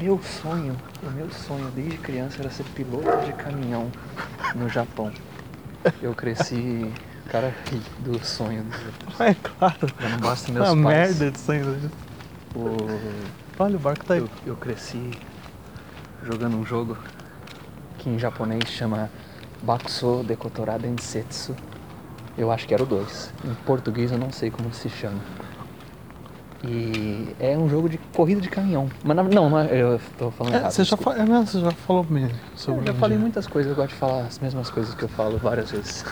meu sonho, o meu sonho desde criança era ser piloto de caminhão no Japão. Eu cresci, cara, ri do sonho dos outros. É claro. Já não basta meus Uma pais. Ah, merda de sangue. O- Olha, o barco tá aí. Eu, eu cresci jogando um jogo que em japonês chama Bakusou Dekotora Densetsu. Eu acho que era o 2. Em português eu não sei como se chama. E é um jogo de corrida de caminhão. Mas na- não, não é- eu tô falando É, errado. você, já desculpa. fa... é, não, você já falou mesmo É, Eu sobre um- já o falei dia. muitas coisas, eu gosto de falar as mesmas coisas que eu falo várias vezes.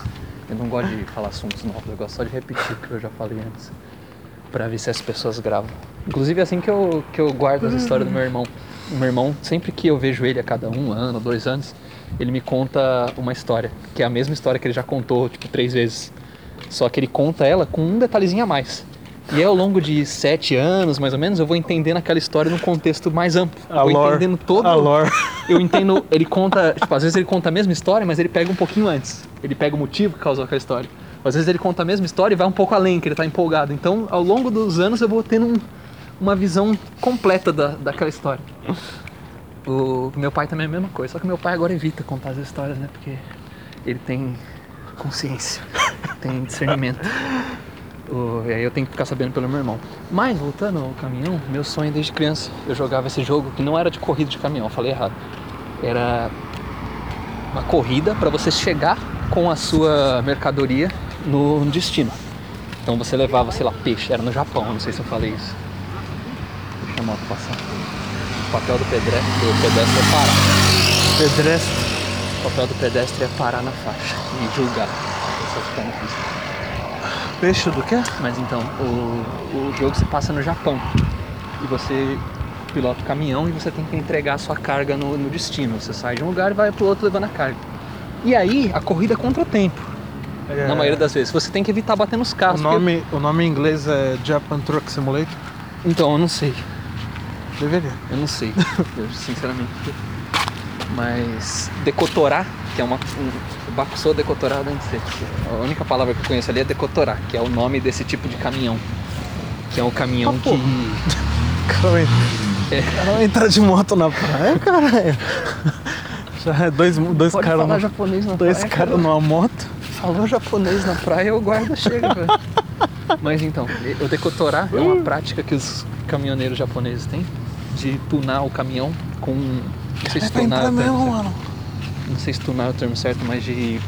Eu não gosto de falar assuntos novos, eu gosto só de repetir o que eu já falei antes. Pra ver se as pessoas gravam. Inclusive é assim que eu, que eu guardo as histórias do meu irmão. O meu irmão, sempre que eu vejo ele a cada um ano, dois anos, ele me conta uma história, que é a mesma história que ele já contou, tipo, três vezes. Só que ele conta ela com um detalhezinho a mais. E ao longo de sete anos, mais ou menos, eu vou entendendo aquela história num contexto mais amplo. A vou lore. entendendo todo A lore. eu entendo, ele conta, tipo, às vezes ele conta a mesma história, mas ele pega um pouquinho antes. Ele pega o motivo que causou aquela história. Às vezes ele conta a mesma história e vai um pouco além, que ele tá empolgado. Então, ao longo dos anos, eu vou tendo um- uma visão completa da, daquela história. O meu pai também é a mesma coisa, só que meu pai agora evita contar as histórias, né? Porque ele tem consciência, tem discernimento. O- e aí eu tenho que ficar sabendo pelo meu irmão. Mas voltando ao caminhão, meu sonho desde criança, eu jogava esse jogo que não era de corrida de caminhão, eu falei errado. Era uma corrida para você chegar com a sua mercadoria no destino. Então você levava, sei lá, peixe, era no Japão, não sei se eu falei isso. Deixa a moto passar. O papel do pedestre, do pedestre é parar. Pedestre. O papel do pedestre é parar na faixa e julgar. Só ficar na pista. Peixe do quê? Mas então, o, o jogo se passa no Japão. E você pilota o caminhão e você tem que entregar a sua carga no, no destino. Você sai de um lugar e vai pro outro levando a carga. E aí, a corrida é contra tempo, É, na maioria das vezes. Você tem que evitar bater nos o carros. porque- nome, o nome em inglês é Japan Truck Simulator? Então, eu não sei. Deveria. Eu não sei, eu, sinceramente. Mas decotorar, que é uma. Um, Bakusou decotorar deve ser. A única palavra que eu conheço ali é decotorar, que é o nome desse tipo de caminhão. Que é o caminhão Ah, pô. que. Calma aí. É. O cara vai entrar de moto na praia, caralho. Já é dois, dois Pode caras falar no- japonês né? na dois praia, caras numa moto. Falou japonês na praia, o guarda chega, velho. Mas então, o decotorar é uma prática que os caminhoneiros japoneses têm de tunar o caminhão com... Não sei se É pra tunar é entrar o termo mesmo, certo. mano. Não sei se tunar é o termo certo, mas de...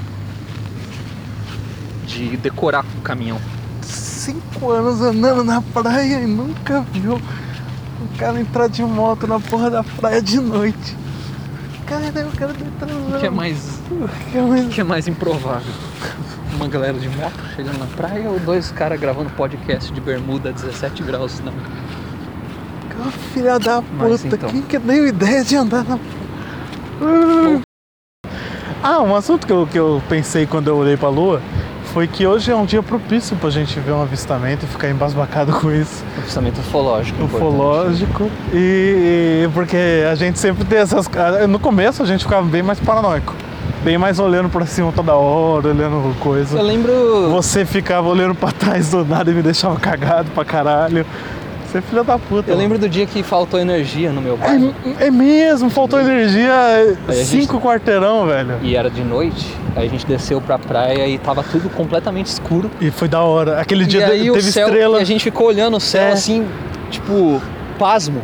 De decorar o caminhão. Cinco anos andando na praia e nunca viu um cara entrar de moto na porra da praia de noite. Caralho, o cara tá entrando. O que é mais, Que é mais- o que é mais improvável? Uma galera de moto chegando na praia ou dois caras gravando podcast de bermuda a 17 graus? Não. Que é uma filha da Mas puta, então. quem que deu ideia de andar na. Ah, um assunto que eu, que eu pensei quando eu olhei pra lua foi que hoje é um dia propício pra gente ver um avistamento e ficar embasbacado com isso, Pensamento ufológico. importante. né? ufológico. E, e porque a gente sempre tem essas. ca- No começo a gente ficava bem mais paranoico, bem mais olhando pra cima toda hora, olhando coisa. Eu lembro... Você ficava olhando pra trás do nada e me deixava cagado pra caralho. Você é filha da puta. Eu mano. lembro do dia que faltou energia no meu bairro É, é mesmo, faltou energia a gente- cinco quarteirão, velho. e era de noite, aí a gente desceu pra praia e tava tudo completamente escuro. E foi da hora. Aquele E dia aí te- o teve céu, estrela. e a gente ficou olhando o céu É. assim, tipo, pasmo.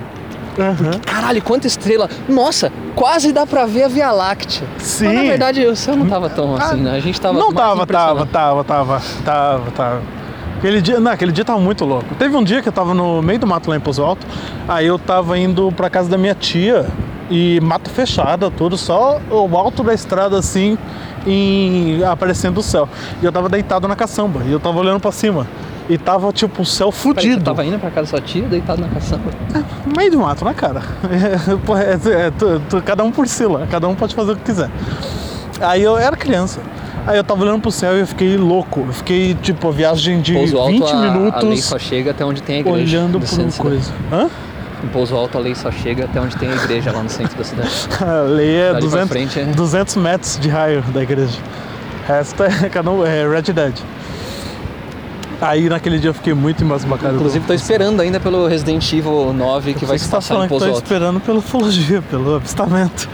Aham. Caralho, quanta estrela! Nossa, quase dá pra ver a Via Láctea. Sim. Ah, Mas na verdade o céu não tava tão assim, né? A gente tava Não mais tava, tava, impressionado. tava, tava, tava, tava. Aquele dia, não, aquele dia tava muito louco. Teve um dia que eu tava no meio do mato lá em Pouso Alto, aí eu tava indo pra casa da minha tia e mato fechado, tudo, só o alto da estrada assim, em, aparecendo o céu. E eu tava deitado na caçamba, e eu tava olhando pra cima. E tava tipo o céu Peraí, fudido. tu tava indo pra casa da sua tia, deitado na caçamba. No meio do mato, né, cara? É, pô, é, é, tu- tu- cada um por si lá, cada um pode fazer o que quiser. Aí eu era criança. Aí eu tava olhando pro céu e eu fiquei louco. Eu fiquei, tipo, a viagem de Um Pouso alto, 20 a, a lei minutos só chega até onde tem a igreja. né? olhando do por centro uma da cidade. coisa. Hã? Em Pouso Alto, a lei só chega até onde tem a igreja lá no centro da cidade. A lei é Dali pra 200, frente, é. 200 metros de raio da igreja. O resto é, cada um- é Red Dead. Aí naquele dia eu fiquei muito embasbacado. Inclusive, tô esperando ainda pelo Resident Evil 9 que vai se Você que tá passar em falando que tô Pozzuoli. esperando pela ufologia, pelo avistamento.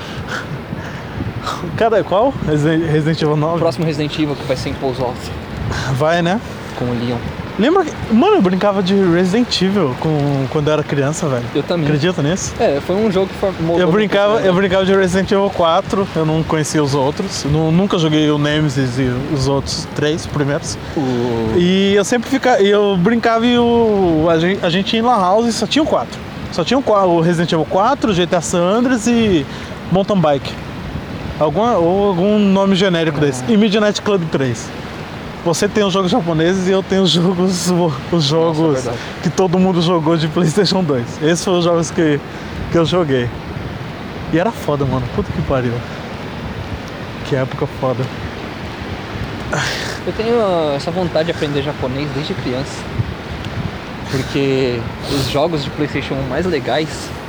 Cara, qual? Resident Resident Evil 9? O próximo Resident Evil que vai ser em Pozzuoli Vai, né? com o Leon. Lembra que... Mano, eu brincava de Resident Evil com... quando eu era criança, velho. Eu também. Acredita nisso? É, foi um jogo que foi moldou muito assim, Eu né? brincava, minha eu vida. brincava de Resident Evil 4, eu não conhecia os outros. Nu- nunca joguei o Nemesis e os outros três primeiros. O- E eu sempre ficava. Eu brincava e o, a, gente, a gente ia em La House e só tinha o 4. Só tinha o, qua- o Resident Evil 4, GTA San Andreas e Mountain Bike. Alguma, ou algum nome genérico desse. E Midnight Club 3. Você tem os jogos japoneses e eu tenho os jogos, os jogos verdade. que todo mundo jogou de PlayStation 2. Esses foram os jogos que, que eu joguei. E era foda, mano. Puta que pariu. Que época foda. Eu tenho essa vontade de aprender japonês desde criança. Porque os jogos de PlayStation mais legais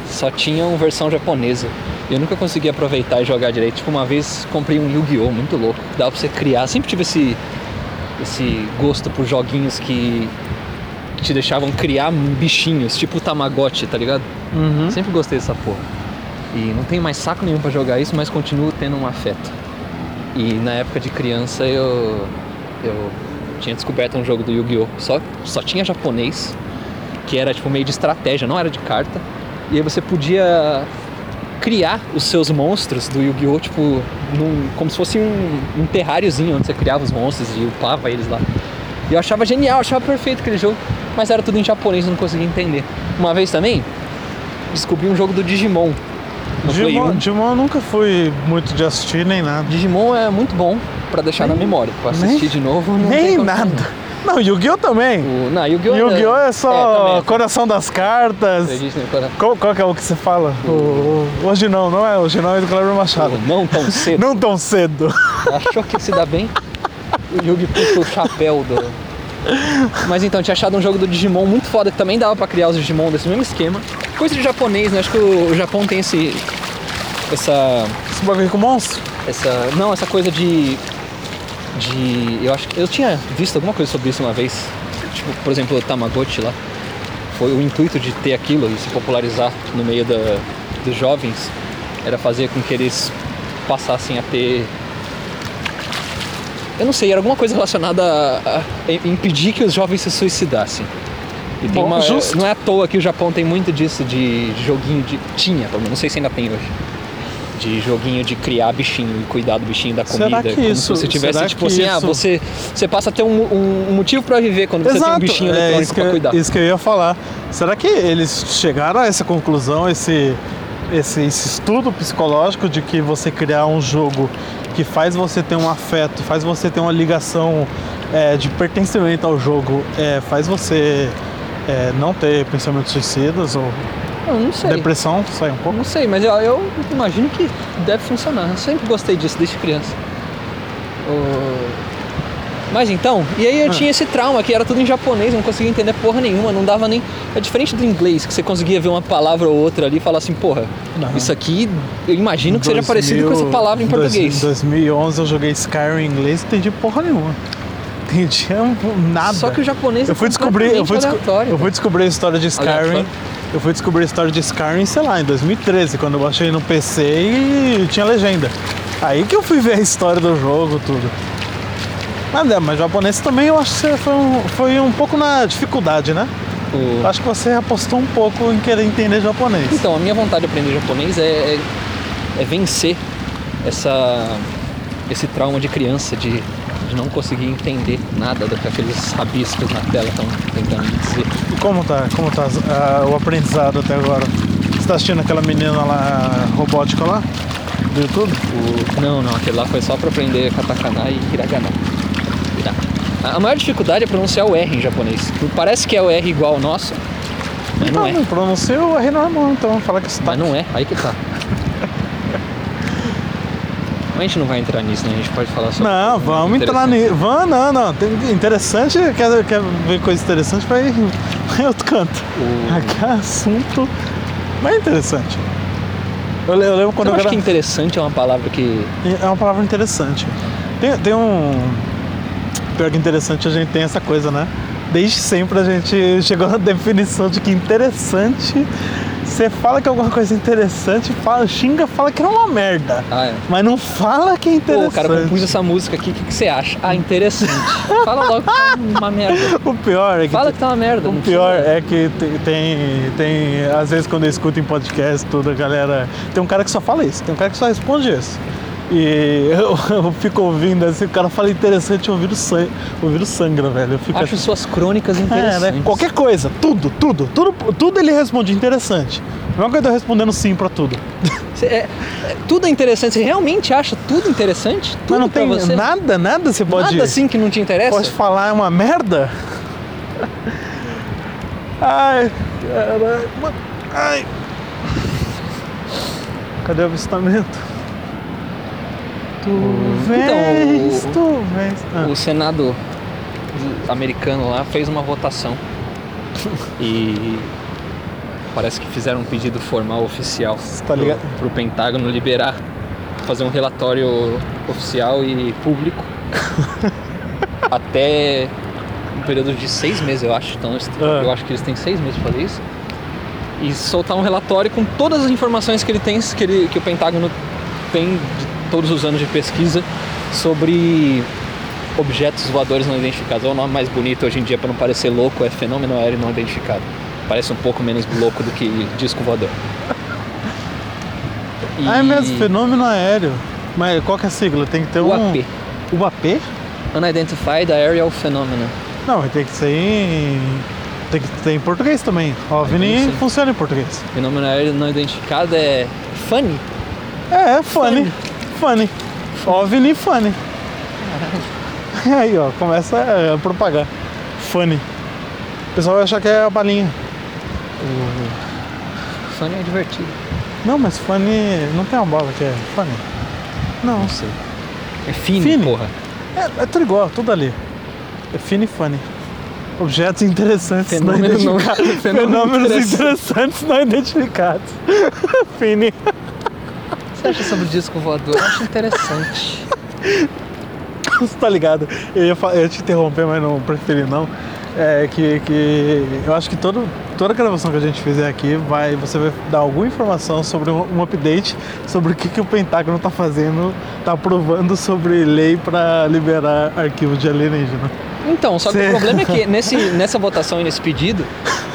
só tinham versão japonesa. E eu nunca consegui aproveitar e jogar direito. Tipo, uma vez comprei um Yu-Gi-Oh! muito louco. Dava pra você criar. Sempre tive esse, esse gosto por joguinhos que te deixavam criar bichinhos, tipo o Tamagotchi, tá ligado? Uhum. Sempre gostei dessa porra. E não tenho mais saco nenhum pra jogar isso, mas continuo tendo um afeto. E na época de criança eu eu tinha descoberto um jogo do Yu-Gi-Oh! Só só tinha japonês, que era tipo meio de estratégia, não era de carta. E aí você podia criar os seus monstros do Yu-Gi-Oh! tipo num- como se fosse um, um terráriozinho onde você criava os monstros e upava eles lá. E eu achava genial, achava perfeito aquele jogo, mas era tudo em japonês, eu não conseguia entender. Uma vez também, descobri um jogo do Digimon. No Play Digimon, 1. Digimon eu nunca fui muito de assistir nem nada. Digimon é muito bom pra deixar na memória. Pra nem- assistir de novo, não tem nem como- nada. Não, Yu-Gi-Oh! também. O, não, Yu-Gi-Oh! Yu-Gi-Oh! é só É, também coração das é- eu cartas. disse, né, quando- Qual, qual que é o que você fala? O- o- hoje não, não é hoje não, é do Cleber Machado. Não tão cedo. Não tão cedo. Achou que se dá bem? O Yugi puxa o chapéu do. Mas então, tinha achado um jogo do Digimon muito foda que também dava pra criar os Digimon desse mesmo esquema. Coisa de japonês, né? Acho que o, o Japão tem esse. Essa. Esse bagulho com monstro? Essa. Não, essa coisa de. De. Eu acho que. Eu tinha visto alguma coisa sobre isso uma vez. Tipo, por exemplo, o Tamagotchi lá. Foi o intuito de ter aquilo e se popularizar no meio da, dos jovens. Era fazer com que eles passassem a ter. Eu não sei, era alguma coisa relacionada a, a im- impedir que os jovens se suicidassem. E tem Bom, uma, justo. não é à toa que o Japão tem muito disso de joguinho de. Tinha, pelo menos, não sei se ainda tem hoje de joguinho de criar bichinho e cuidar do bichinho da comida. Será que como isso- se você tivesse, será tipo que assim, ah, isso- você, você passa a ter um, um- um motivo pra viver quando você tem um bichinho é eletrônico isso que, pra cuidar. eu, isso que eu ia falar. Será que eles chegaram a essa conclusão, esse, esse, esse estudo psicológico de que você criar um jogo que faz você ter um afeto, faz você ter uma ligação é, de pertencimento ao jogo, é, faz você é, não ter pensamentos suicidas ou Eu não sei. depressão, sai um pouco? Não sei, mas eu, eu imagino que deve funcionar. Eu sempre gostei disso desde criança. O- Mas então, e aí Ah. eu tinha esse trauma que era tudo em japonês, eu não conseguia entender porra nenhuma, não dava nem. É diferente do inglês, que você conseguia ver uma palavra ou outra ali e falar assim, porra, Não. isso aqui eu imagino que seja 2000, parecido com essa palavra em dois- português. 2011 eu joguei Skyrim em inglês e entendi porra nenhuma. Entendi nada. Só que o japonês é Eu fui descobrir, eu fui, completamente desco- aleatório, né? eu fui descobrir a história de Skyrim. Aleatório. Eu fui descobrir a história de Skyrim, sei lá, em 2013, quando eu baixei no PC e tinha legenda. Aí que eu fui ver a história do jogo, tudo. Mas, é, mas japonês também eu acho que foi um, foi um pouco na dificuldade, né? O- Eu acho que você apostou um pouco em querer entender japonês. Tipo, Então, a minha vontade de aprender japonês é, é, é vencer essa, esse trauma de criança, de, de não conseguir entender nada do que aqueles rabiscos na tela estão tentando me dizer. E como tá, como tá ah, o aprendizado até agora? Você tá assistindo aquela menina lá, robótica lá, do YouTube? O- Não, não, aquele lá foi só pra aprender katakana e hiragana. Hirá. A- A maior dificuldade é pronunciar o R em japonês. Parece que é o R igual ao nosso, mas não ah, é. não pronunciei o R normal, então falar que está Mas não é, aí que tá. Mas a gente não vai entrar nisso, né? A gente pode falar sobre. Não, vamos entrar nisso. Vamos, não, não. Tem- Interessante, quer, quer ver coisa interessante, vai em outro canto. Uhum. Aqui é assunto. Mas é interessante. Eu, le- eu lembro quando Eu eu, acho era. que interessante é uma palavra que. É uma palavra interessante. Tem, tem um. Pior que interessante, a gente tem essa coisa, né? Desde sempre a gente chegou na definição de que interessante. Você fala que é alguma coisa interessante, fala, xinga, fala que é uma merda. Ah, é. Mas não fala que é Pô, interessante. o cara compôs essa música aqui, o que, que você acha? Ah, interessante. Fala logo que tá uma merda. O pior é que Fala que tá uma merda. O pior é que te- tem, tem, às vezes quando eu escuto em podcast tudo, a galera. Tem um cara que só fala isso, tem um cara que só responde isso. E eu, eu fico ouvindo assim, o cara fala interessante ouvir o, san, ouvir o sangra, velho. Eu fico Acho assim, suas crônicas é, interessantes. né? Qualquer coisa, tudo, tudo, tudo, tudo ele responde interessante. Não é uma coisa eu respondendo sim pra tudo. Cê- é- é- tudo é interessante. Você realmente acha tudo interessante? Tudo Mas não pra tem você? nada, nada você pode. Nada assim que não te interessa? Posso falar é uma merda? Ai, caralho. mano, Ai. Cadê o avistamento? Tu vens, Então, o- tu vens. Ah, O Senado americano lá fez uma votação e parece que fizeram um pedido formal oficial tá ligado? pro, pro Pentágono liberar, fazer um relatório oficial e público até um período de seis meses, eu acho. Então, eles- Ah. eu acho que eles têm seis meses para fazer isso. E soltar um relatório com todas as informações que ele tem, que, ele- que o Pentágono tem de todos os anos de pesquisa sobre objetos voadores não identificados. É o nome mais bonito hoje em dia para não parecer louco, é fenômeno aéreo não identificado. Parece um pouco menos louco do que disco voador. E Ah, é mesmo, fenômeno aéreo. Mas qual que é a sigla? Tem que ter O um. AP. O AP? Unidentified Aerial Phenomenon. Não, mas tem que ser em. Tem que ter em português também. tem OVNI que ser. funciona em português. Fenômeno aéreo não identificado é funny. É, é funny. Funny. OVNI funny. E aí, ó, começa é, a propagar. Funny. O pessoal vai achar que é a balinha. Funny é divertido. Não, mas funny não tem uma bola que é funny. Não. Não sei. É fine, Fine. porra. É, é tudo igual, tudo ali. É fine e funny. Objetos interessantes não Fenômenos não- identificados. fenômenos Fenômenos interessantes. interessantes não identificados. Fine. O que você acha sobre o disco voador? Eu acho interessante. Você tá ligado? Eu ia, fa- eu ia te interromper, mas não preferi não. É que, que eu acho que todo, toda gravação que a gente fizer aqui vai, você vai dar alguma informação sobre um, um update sobre o que, que o Pentágono tá fazendo, tá aprovando sobre lei para liberar arquivo de alienígena. Então, só que Cê- o problema é que nesse, nessa votação e nesse pedido,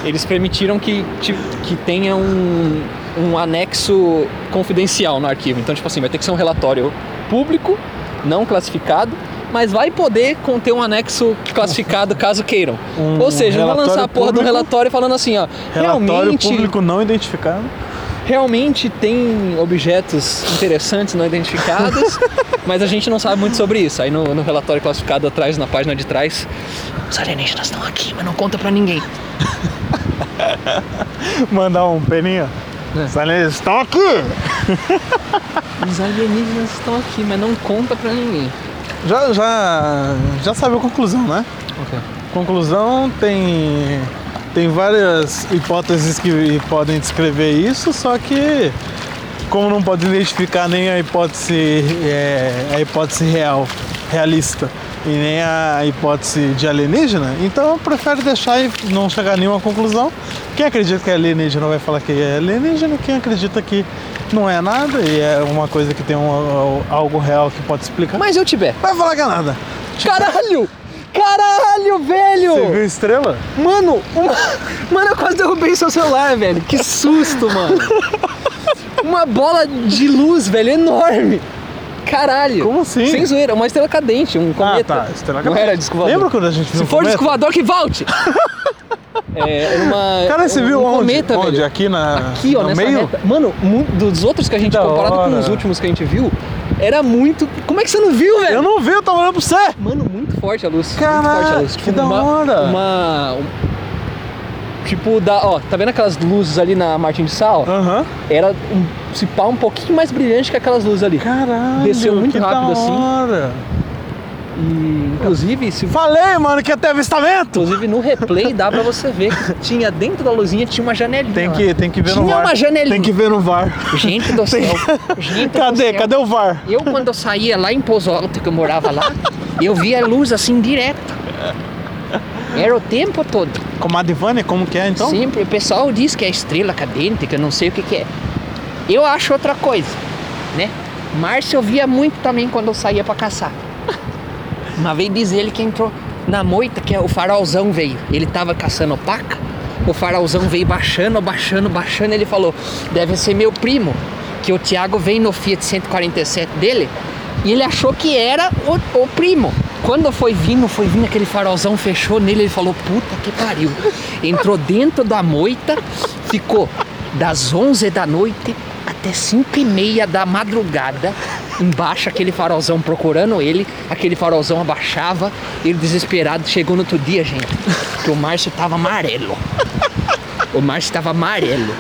eles permitiram que, ti- que tenha um, um anexo confidencial no arquivo. Então, tipo assim, vai ter que ser um relatório público, não classificado, mas vai poder conter um anexo classificado caso queiram. Um Ou seja, não vai lançar a porra do relatório público. relatório falando assim, ó, Relatório realmente, público não identificado. realmente tem objetos interessantes não identificados, mas a gente não sabe muito sobre isso. Aí no, no relatório classificado atrás, na página de trás, os alienígenas estão aqui, mas não conta pra ninguém. Mandar um peninha. É. Os alienígenas estão aqui! Os alienígenas estão aqui, mas não conta pra ninguém. Já, já, já sabe a conclusão, né? Conclusão, tem, tem várias hipóteses que podem descrever isso, só que como não pode identificar nem a hipótese, é, a hipótese real, realista, e nem a hipótese de alienígena, então eu prefiro deixar e não chegar a nenhuma conclusão. Quem acredita que é alienígena vai falar que é alienígena, quem acredita que não é nada e é uma coisa que tem um- algo real que pode explicar, Mas eu tiver. vai falar que é nada. Caralho! Caralho, velho! Você viu estrela? Mano, uma... mano, eu quase derrubei seu celular, velho. Que susto, mano. Uma bola de luz, velho, enorme. Caralho. Como assim? Sem zoeira, uma estrela cadente, um cometa. tá, estrela Não cadente. era disco voador. Lembra quando a gente viu Se um for cometa? disco voador, que volte. É, era uma... Cara, você um, viu um onde? cometa, onde? velho. Aqui na Aqui, ó, no nessa meio? reta. Mano, mu- dos outros que a gente, Da comparado com hora. os últimos que a gente viu, era muito... Como é que você não viu, velho? Eu não vi, eu tava olhando pra você. Mano, muito forte a luz. Caraca, muito forte a luz. Tipo, que da hora. Uma. um- tipo, da, ó, tá vendo aquelas luzes ali na Martin de Sal? Aham. Era um, se pá um pouquinho mais brilhante que aquelas luzes ali. Caralho. Desceu muito que rápido, da assim. hora. E, inclusive, se, Falei, mano, que ia ter avistamento. inclusive no replay dá pra você ver que tinha dentro da luzinha tinha uma janelinha. Tem lá. que, tem que ver no Tinha VAR. uma janelinha. Tem que ver no VAR. Gente do céu. Gente do Cadê? céu. Cadê o VAR? Eu, quando eu saía lá em Pouso Alto, que eu morava lá, eu via a luz assim direto. Era o tempo todo. Comadre Vânia, como que é então? Sempre. O pessoal diz que é estrela cadente, que eu não sei o que, que é. Eu acho outra coisa, né? Márcio eu via muito também quando eu saía pra caçar. Uma vez diz ele que entrou na moita, que é o farolzão veio. Ele tava caçando opaca, o farolzão veio baixando, baixando, baixando. Ele falou: deve ser meu primo, que o Thiago vem no Fiat 147 dele. E ele achou que era o, o primo. Quando foi vindo, foi vindo, aquele farolzão fechou nele. Ele falou: puta que pariu. Entrou dentro da moita, ficou das 11 da noite até 5 e meia da madrugada, embaixo aquele farolzão procurando ele, aquele farolzão abaixava, ele desesperado, chegou no outro dia, gente, que o Márcio tava amarelo. O Márcio tava amarelo.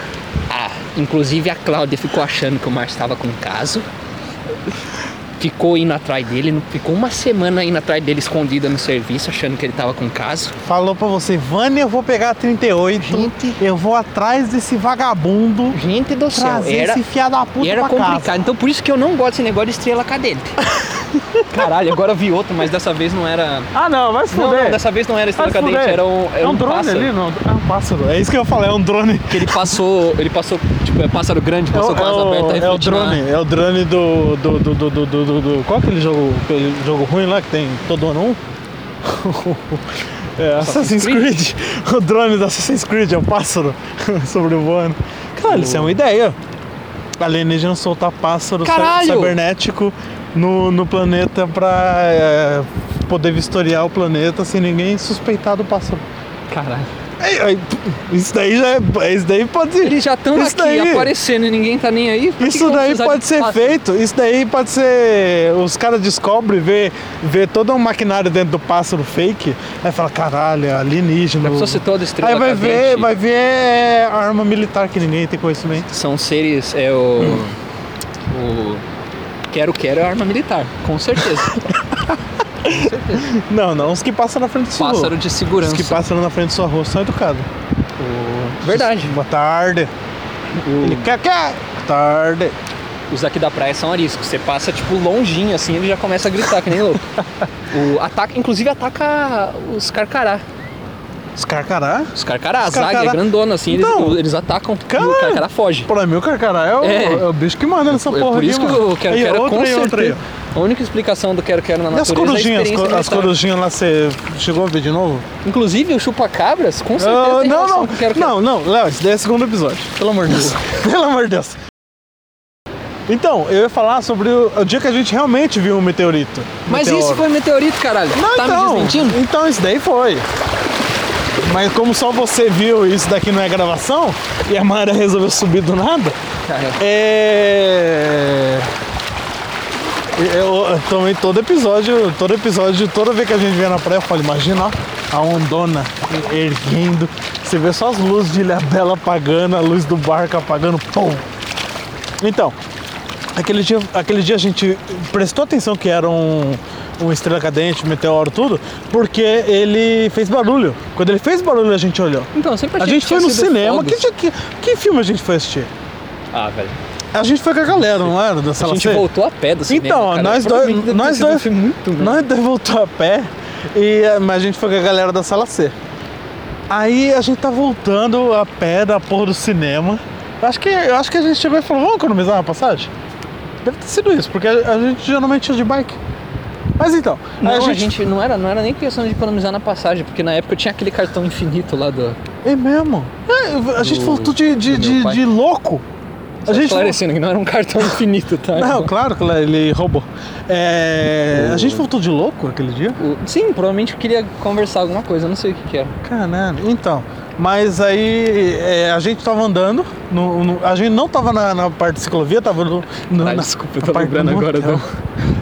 Ah, inclusive a Cláudia ficou achando que o Márcio tava com caso. Ficou indo atrás dele, ficou uma semana indo atrás dele escondida no serviço, achando que ele tava com caso. Falou pra você, Vânia, eu vou pegar a 38. Gente. Eu vou atrás desse vagabundo. Gente do céu, Trazer era, esse fiado da puta E era pra complicado. casa. Então por isso que eu não gosto desse negócio de estrela cadente. Caralho, agora eu vi outro, mas dessa vez não era. Ah, não, vai se Não, fuder. não, dessa vez não era estrela Vai se cadente, fuder. era um, É um, drone pássaro. ali, não? É um pássaro. É isso que eu falei, é um drone. Que ele passou. Ele passou, tipo, é pássaro grande, É o, passou com a asa aberta é o refletindo na- drone, é o drone do. do, do, do, do, do, do- do- qual é aquele jogo, aquele jogo ruim lá que tem todo ano um? É, Assassin's Creed. O drone do Assassin's Creed é o pássaro sobrevoando. Caralho, isso é uma ideia. Alienígena soltar pássaro ci- Caralho! cibernético no, no planeta pra é, poder vistoriar o planeta sem ninguém suspeitar do pássaro. Caralho. Ei, ei, Isso daí já é. Isso daí pode ser. Eles já estão Isso aqui daí- aparecendo e ninguém tá nem aí. Por que que Isso eu vou daí precisar pode de ser pássaro? feito, isso daí pode ser. Os caras descobrem, vê, vê todo um maquinário dentro do pássaro fake, aí fala, caralho, é alienígena. Já pensou se toda estrela Aí vai cadente ver, vai ver é, arma militar que ninguém tem conhecimento. São seres. É o. o. Quero, quero é arma militar, com certeza. Não, não, os que passam na frente do seu pássaro de Os segurança. que passam na frente do seu rosto são educados. Verdade. Boa tarde. Ele quer, quer. Boa tarde. Os daqui da praia são ariscos. Você passa, tipo, longinho, assim, ele já começa a gritar, que nem louco. O ataca, inclusive ataca os carcará. Os carcará? Os carcará, Os a zaga carcará. é grandona, assim, eles, Então. eles atacam e Caralho. o carcará foge. Pra mim, o carcará é o, É. é o bicho que manda nessa é porra por aqui, isso que mano. eu quero, Aí, quero é outra com aí, outra aí. certeza. A única explicação do quero, quero na E as natureza é a corujinhas, as, experiência co- as militar. corujinhas lá, você chegou a ver de novo? Inclusive, o chupa-cabras, com certeza Ah, tem não, relação não, com o quero, quero. não, não, Léo, isso daí é segundo episódio. Pelo amor de Deus. Pelo amor de Deus. Então, eu ia falar sobre o, o dia que a gente realmente viu um meteorito. Mas Meteoro. isso foi meteorito, caralho. Não, tá então, me desmentindo? Então, isso daí foi. Mas como só você viu e isso daqui não é gravação, e a Mara resolveu subir do nada, Caralho. é. Eu, eu também todo episódio, todo episódio, toda vez que a gente vem na praia, eu falo, imagina, ó, a ondona erguendo. Você vê só as luzes de Ilha Bela apagando, a luz do barco apagando, pum! Então, aquele dia, aquele dia a gente prestou atenção que era um, um estrela cadente, meteoro, tudo, porque ele fez barulho. Quando ele fez barulho, a gente olhou. Então, eu sempre A achei que gente foi tinha no sido cinema. fogos. Que, dia- que, que filme a gente foi assistir? Ah, velho. A gente foi com a galera, não era? Da A sala gente C? voltou a pé do cinema, Então, cara. nós dois, Provavelmente deve ter nós sido um dois, filme muito ruim. nós dois voltou a pé, e, eh, mas a gente foi com a galera da sala C. Aí a gente tá voltando a pé da porra do cinema. Acho que, eu acho que a gente chegou e falou, vamos economizar uma passagem? Deve ter sido isso, porque a, a gente geralmente ia de bike. Mas então, aí Não, a gente... não, era, não era nem questão de economizar na passagem, porque na época eu tinha aquele cartão infinito lá do. É mesmo? É, a gente Do- voltou de, de, do meu de, pai. de louco. Só A gente voltou- esclarecendo que não era um cartão infinito, tá? Não, claro que ele roubou. É, a gente voltou de louco aquele dia? O- Sim, provavelmente eu queria conversar alguma coisa, eu não sei o que, que era. Caralho, então. Mas aí é, a gente tava andando, no- no- a gente não tava na, na parte de ciclovia, tava no. no Ah, na- desculpa, eu na tô parte lembrando do agora motel.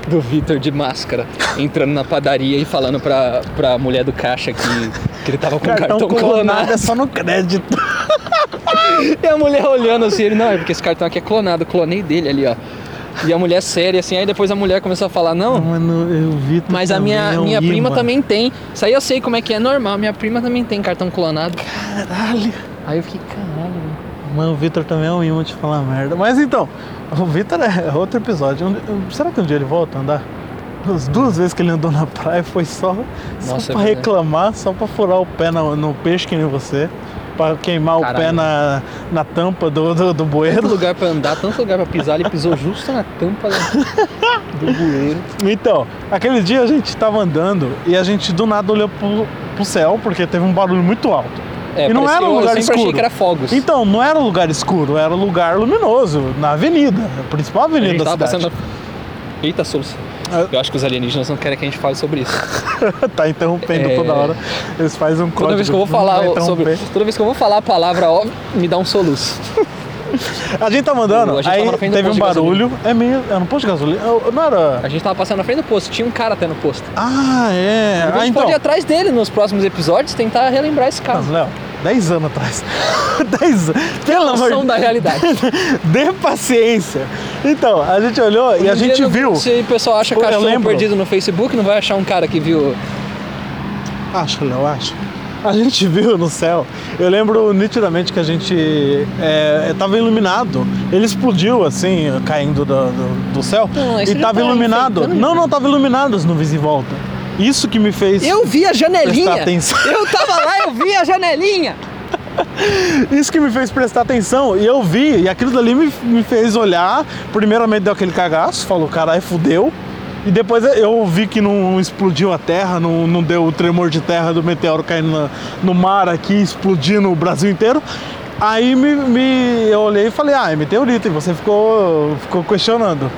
do, do Vitor de máscara entrando na padaria e falando pra, pra mulher do caixa que, que ele tava com um Cartão, cartão, clonado clonado. é só no crédito. E a mulher olhando assim, ele, não, é porque esse cartão aqui é clonado, clonei dele ali, ó. E a mulher séria, assim, aí depois a mulher começou a falar, não, Mano, eu vi é um Mas a minha, minha prima também tem. Isso aí eu sei como é que é normal. Minha prima também tem cartão clonado. Caralho. Aí eu fiquei, caralho. mano. Mano, o Vitor também é um imã de falar merda. Mas então, o Vitor é outro episódio. Um- um- será que um dia ele volta a andar? As duas vezes que ele andou na praia foi só, Nossa, só é pra verdade. reclamar, só pra furar o pé na- no, peixe que nem você. Pra queimar o pé Caralho. na, na tampa do, do, do Tanto bueiro. lugar pra andar, tanto lugar pra pisar, ele pisou justo na tampa do bueiro. Então, aquele dia a gente tava andando e a gente do nada olhou pro, pro céu, porque teve um barulho muito alto. É, E não parecia- era um eu- lugar Eu sempre achei escuro. que era fogos. Então, não era lugar escuro, era um lugar luminoso, na avenida, a principal a gente avenida da tava cidade. passando... Eita, soluço. Ah. Eu acho que os alienígenas não querem que a gente fale sobre isso. tá interrompendo É. toda hora. Eles fazem um código. Toda vez que eu vou não falar vai o- sobre... interromper. Toda vez que eu vou falar a palavra, ó, me dá um soluço. A gente tá mandando, A gente aí tava na frente do teve um posto de barulho. É meio. Era um posto de gasolina. Eu- Não era. A gente tava passando na frente do posto, tinha um cara até no posto. Ah, é. A Ah, gente então. pode ir atrás dele nos próximos episódios tentar relembrar esse Mas, caso. Léo, 10 anos atrás. 10 anos. Pelo amor Noção de da realidade. Dê paciência. Então, a gente olhou e a Hoje em gente Um dia, viu. Se o pessoal acha Eu cachorro lembro. perdido no Facebook, não vai achar um cara que viu. Acho, Léo, acho. A gente viu no céu. Eu lembro nitidamente que a gente é, tava iluminado. Ele explodiu assim, caindo do, do- do céu. Não, isso e ele tava tá iluminado. enfeitando. Não, não, tava iluminado as nuvens em volta. Isso que me fez. Eu vi a janelinha! Prestar atenção. Eu tava lá, eu vi a janelinha! Isso que me fez prestar atenção. E eu vi, e aquilo dali me, me fez olhar. Primeiramente deu aquele cagaço, falou, caralho, fudeu. E depois é, eu vi que não explodiu a terra, não, não deu o tremor de terra do meteoro caindo na- no mar aqui, explodindo o Brasil inteiro. Aí me, me- eu olhei e falei, ah, é meteorito. E você ficou, ficou questionando.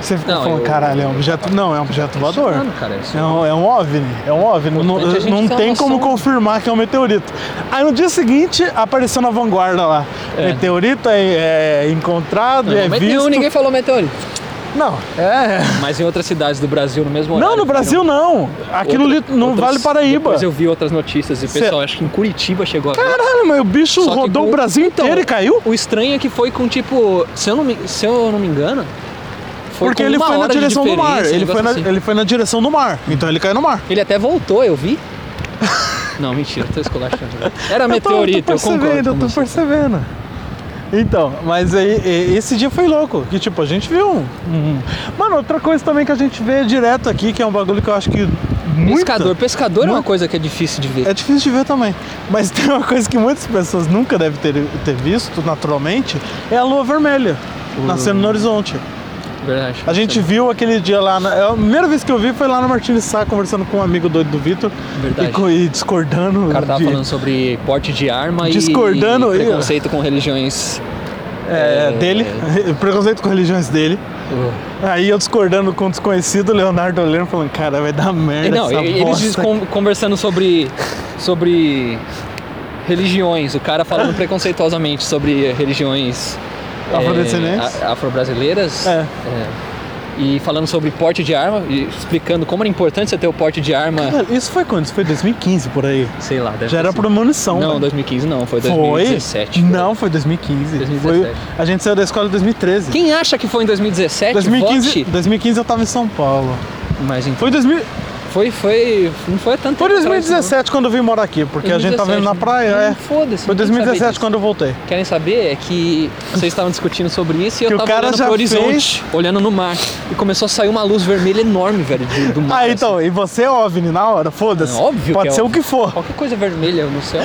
Você ficou Não, falando, eu- caralho, é um objeto. Não, é um objeto voador. Mano, cara, isso- É um, é um OVNI, é um OVNI. Não, Importante a gente não ter uma tem como noção. confirmar que é um meteorito. Aí no dia seguinte apareceu na vanguarda lá. É. Meteorito é, é encontrado, é Mas visto. nenhum, ninguém falou meteorito. Não, é. Mas em outras cidades do Brasil, no mesmo horário. Não, no Brasil não. Aqui no, Outra- lit- no outras- Vale Paraíba. Depois eu vi outras notícias e o Cê- pessoal, acho que em Curitiba chegou a ver. Caralho, mas o bicho Só que rodou com- o Brasil Então, inteiro e caiu? O estranho é que foi com tipo. Se eu não me, se eu não me engano. Foi Porque com ele uma foi na hora de direção do mar. diferença, um Ele foi, na, negócio assim. ele foi na direção do mar. Então ele caiu no mar. Ele até voltou, eu vi. Não, mentira, tô esculachando. Era meteorito, É eu, eu tô, eu tô concordo. percebendo, com eu tô você. percebendo. Então, mas aí e- esse dia foi louco, que tipo, a gente viu um, um- Mano, outra coisa também que a gente vê direto aqui, que é um bagulho que eu acho que muito... Pescador, pescador é uma Muito. coisa que é difícil de ver. É difícil de ver também. Mas tem uma coisa que muitas pessoas nunca devem ter, ter visto, naturalmente, é a lua vermelha nascendo no horizonte. Verdade. A gente viu aquele dia lá, na, é a primeira vez que eu vi foi lá no Martins Sá, conversando com um amigo doido do Vitor. Verdade. E, co- e discordando O cara tava de- falando sobre porte de arma e- Discordando e aí, ó. preconceito com religiões. é, É, dele, preconceito com religiões dele. Aí eu discordando com o desconhecido, o Leonardo olhando falando, cara, vai dar merda não, essa e- eles bosta. con- conversando sobre sobre religiões. O cara falando preconceituosamente sobre religiões é, Afrodescendentes. a- afro-brasileiras. É. É. E falando sobre porte de arma, e explicando como era importante você ter o porte de arma, Cara, Isso foi quando? Isso foi 2015 por aí. sei lá, deve Já ter era sido- premonição. Não, velho. 2015 não, foi Foi? 2017. Não, foi 2015. 2017. Foi, a gente saiu da escola em 2013. Quem acha que foi em 2017, 2015, vote. 2015 eu tava em São Paulo. Mas então, Foi, 2000, foi, foi, não foi há tanto foi tempo atrás, não. 2017 quando eu vim morar aqui, porque a gente tava indo na 2017, praia. né? É. Hum, Foda-se. Foi não quero saber 2017 disso. quando eu voltei. Querem saber é que vocês estavam discutindo sobre isso e Que eu o tava cara olhando já pro horizonte, olhando no mar. E começou a sair uma luz vermelha enorme, velho, do, do mar. Ah, assim. então, e você é OVNI na hora, foda-se. Não, óbvio Pode que é ser o óbvio. que for. Qualquer coisa vermelha no céu,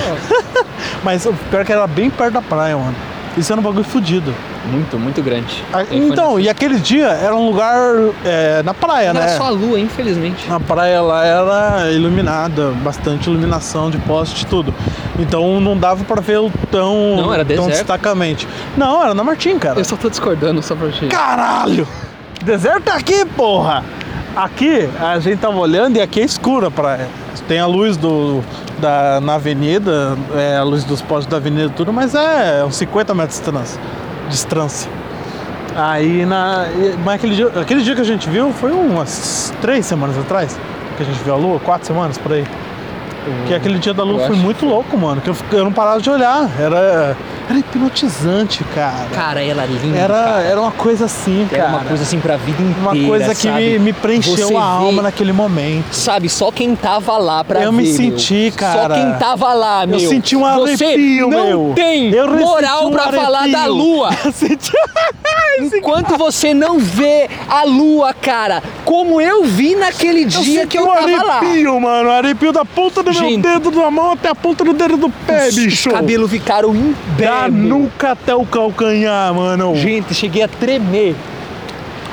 Mas o pior é que era bem perto da praia, mano. Isso era um bagulho fudido. ó, muito, muito grande. Ah, Aí foi Então, nessa- e aquele dia era um lugar é, na praia, Não né? era só a lua, infelizmente. A praia lá era iluminada, bastante iluminação de poste e tudo. Então não dava pra ver o tão, Não, era tão deserto. destacamente. Não, era na Martim, cara. Eu só tô discordando só pra gente. Caralho! Deserto é aqui, porra! Aqui a gente tava olhando e aqui é escura a praia. Tem a luz do, da, na avenida, é, a luz dos postes da avenida e tudo, mas é uns 50 metros de distância. distância. Aí na. e- Mas aquele dia, aquele dia que a gente viu foi umas três semanas atrás que a gente viu a lua, quatro semanas por aí. Porque aquele dia da lua Uhum. eu foi acho. muito louco, mano. Que eu, fi- eu não parava de olhar. Era. Era hipnotizante, cara. Cara, ela é linda. era, cara. era uma coisa assim, Era cara. uma coisa assim pra vida inteira. Uma coisa que sabe? me, me preencheu Você a vê- alma naquele momento. Sabe, só quem tava lá pra Eu ver, me meu. senti, cara. Só quem tava lá, meu. senti um Você arrepio, não meu. tem Eu senti moral um pra falar da arrepio. lua. Eu senti- Enquanto você não vê a lua, cara, como eu vi naquele eu dia senti que eu um tava lá. arrepio, mano. Arrepio da ponta do Gente. meu dedo da mão até a ponta do dedo do pé, Os bicho. cabelos ficaram em pé, Da meu. nuca até o calcanhar, mano. Gente, cheguei a tremer.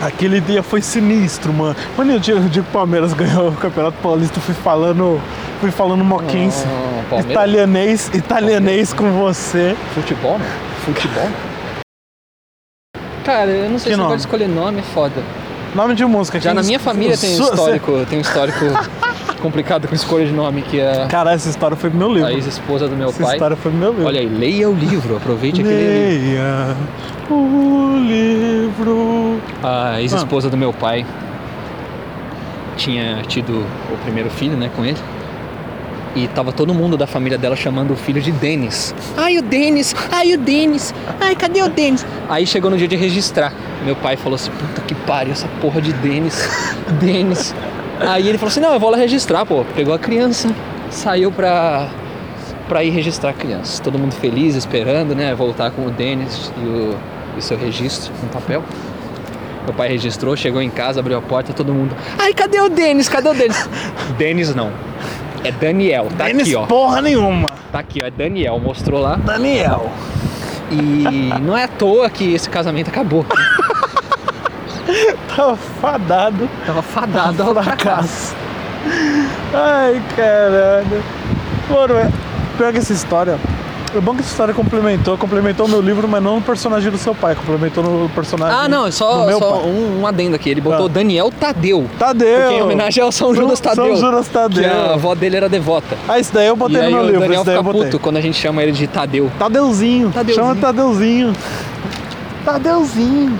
Aquele dia foi sinistro, mano. Quando eu digo que o Palmeiras ganhou o Campeonato Paulista, eu fui falando, fui falando moquense. Não, Ah, Palmeiras. italianês, italianês com você. Futebol, né? Futebol. Cara, eu não sei Que se nome? eu pode escolher nome, é foda. Nome de música. Já que na nos- minha família tem um Su- histórico, tem um histórico complicado com escolha de nome, que é Cara, essa história foi pro meu livro. a ex-esposa do meu essa pai. história foi pro meu livro. Olha aí, leia o livro, aproveite aquele livro. Leia o livro. A ex-esposa do meu pai tinha tido o primeiro filho, né, com ele. E tava todo mundo da família dela chamando o filho de Denis. Ai, o Denis! Ai, o Denis! Ai, cadê o Denis? Aí chegou no dia de registrar. Meu pai falou assim: puta que pariu, essa porra de Denis. Denis. Aí ele falou assim: não, eu vou lá registrar, pô. Pegou a criança, saiu pra, pra ir registrar a criança. Todo mundo feliz, esperando, né, voltar com o Denis e o, e o seu registro no papel. Meu pai registrou, chegou em casa, abriu a porta, todo mundo. Ai, cadê o Denis? Cadê o Denis? Denis não. É Daniel, tá Tênis aqui, ó. porra nenhuma. Tá aqui, ó. É Daniel, mostrou lá. Daniel. E não é à toa que esse casamento acabou. Tava tá fadado Tava fadado ao ao fracasso. fracasso. Ai, caralho. Mano, é- pior que essa história. É bom que essa história complementou. Complementou o meu livro, mas não no personagem do seu pai. Complementou no personagem. Ah, não, é do só, meu só pai. um, um adendo aqui. Ele botou Ah. Daniel Tadeu. Tadeu. Porque em homenagem ao São Judas São- Tadeu. São Judas Tadeu. Que é a avó dele era devota. Ah, isso daí eu botei e no aí meu o livro. Daniel Isso daí eu fica botei. puto quando a gente chama ele de Tadeu. Tadeuzinho. Tadeuzinho. Chama Tadeuzinho. Tadeuzinho.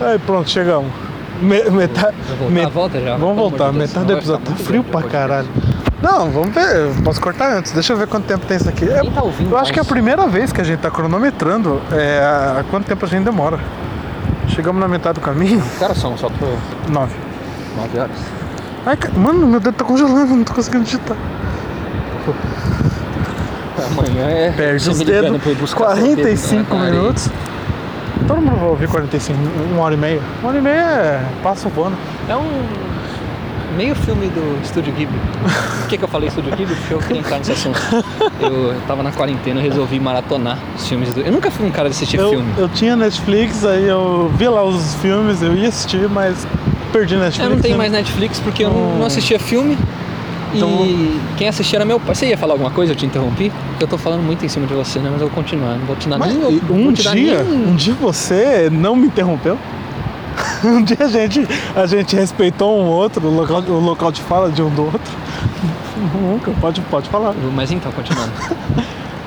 Aí pronto, chegamos. Me- metade, Vai voltar? met- Volta já, pelo Vamos amor voltar, de Deus, metade senão do vai episódio. ficar Tá muito frio grande pra depois. caralho. Não, vamos ver. eu Posso cortar antes. Deixa eu ver quanto tempo tem isso aqui. Quem tá ouvindo, eu acho faz- que é a primeira vez que a gente tá cronometrando é, a quanto tempo a gente demora. Chegamos na metade do caminho. Que horas são? Só por Nove. 9 horas. Ai, ca- mano, meu dedo tá congelando, não tô conseguindo digitar. Amanhã é. Perde você os me ligando dedos. pra eu buscar seu dedo 45 na- na areia. minutos. Todo mundo vai ouvir 45, uma hora e meia. Uma hora e meia é passa o pano. É um meio filme do Estúdio Ghibli. Por que, que eu falei Estúdio Ghibli? Porque eu queria entrar nesse assunto. Eu tava na quarentena e resolvi maratonar os filmes do. Eu nunca fui um cara de assistir Eu, filme. eu tinha Netflix, aí eu vi lá os filmes, eu ia assistir, mas perdi Netflix. Eu não tenho né? mais Netflix porque eu Então- não, não assistia filme. E quem assistia era meu pai. Você ia falar alguma coisa? Eu te interrompi? Eu tô falando muito em cima de você, né? Mas eu vou continuar. Não vou te dar Mas nem. não um vou te dar dia, nem- um dia você não me interrompeu? Um dia a gente, a gente respeitou um outro, o local, o local de fala de um do outro. Nunca, pode, pode falar. Mas então, continuando.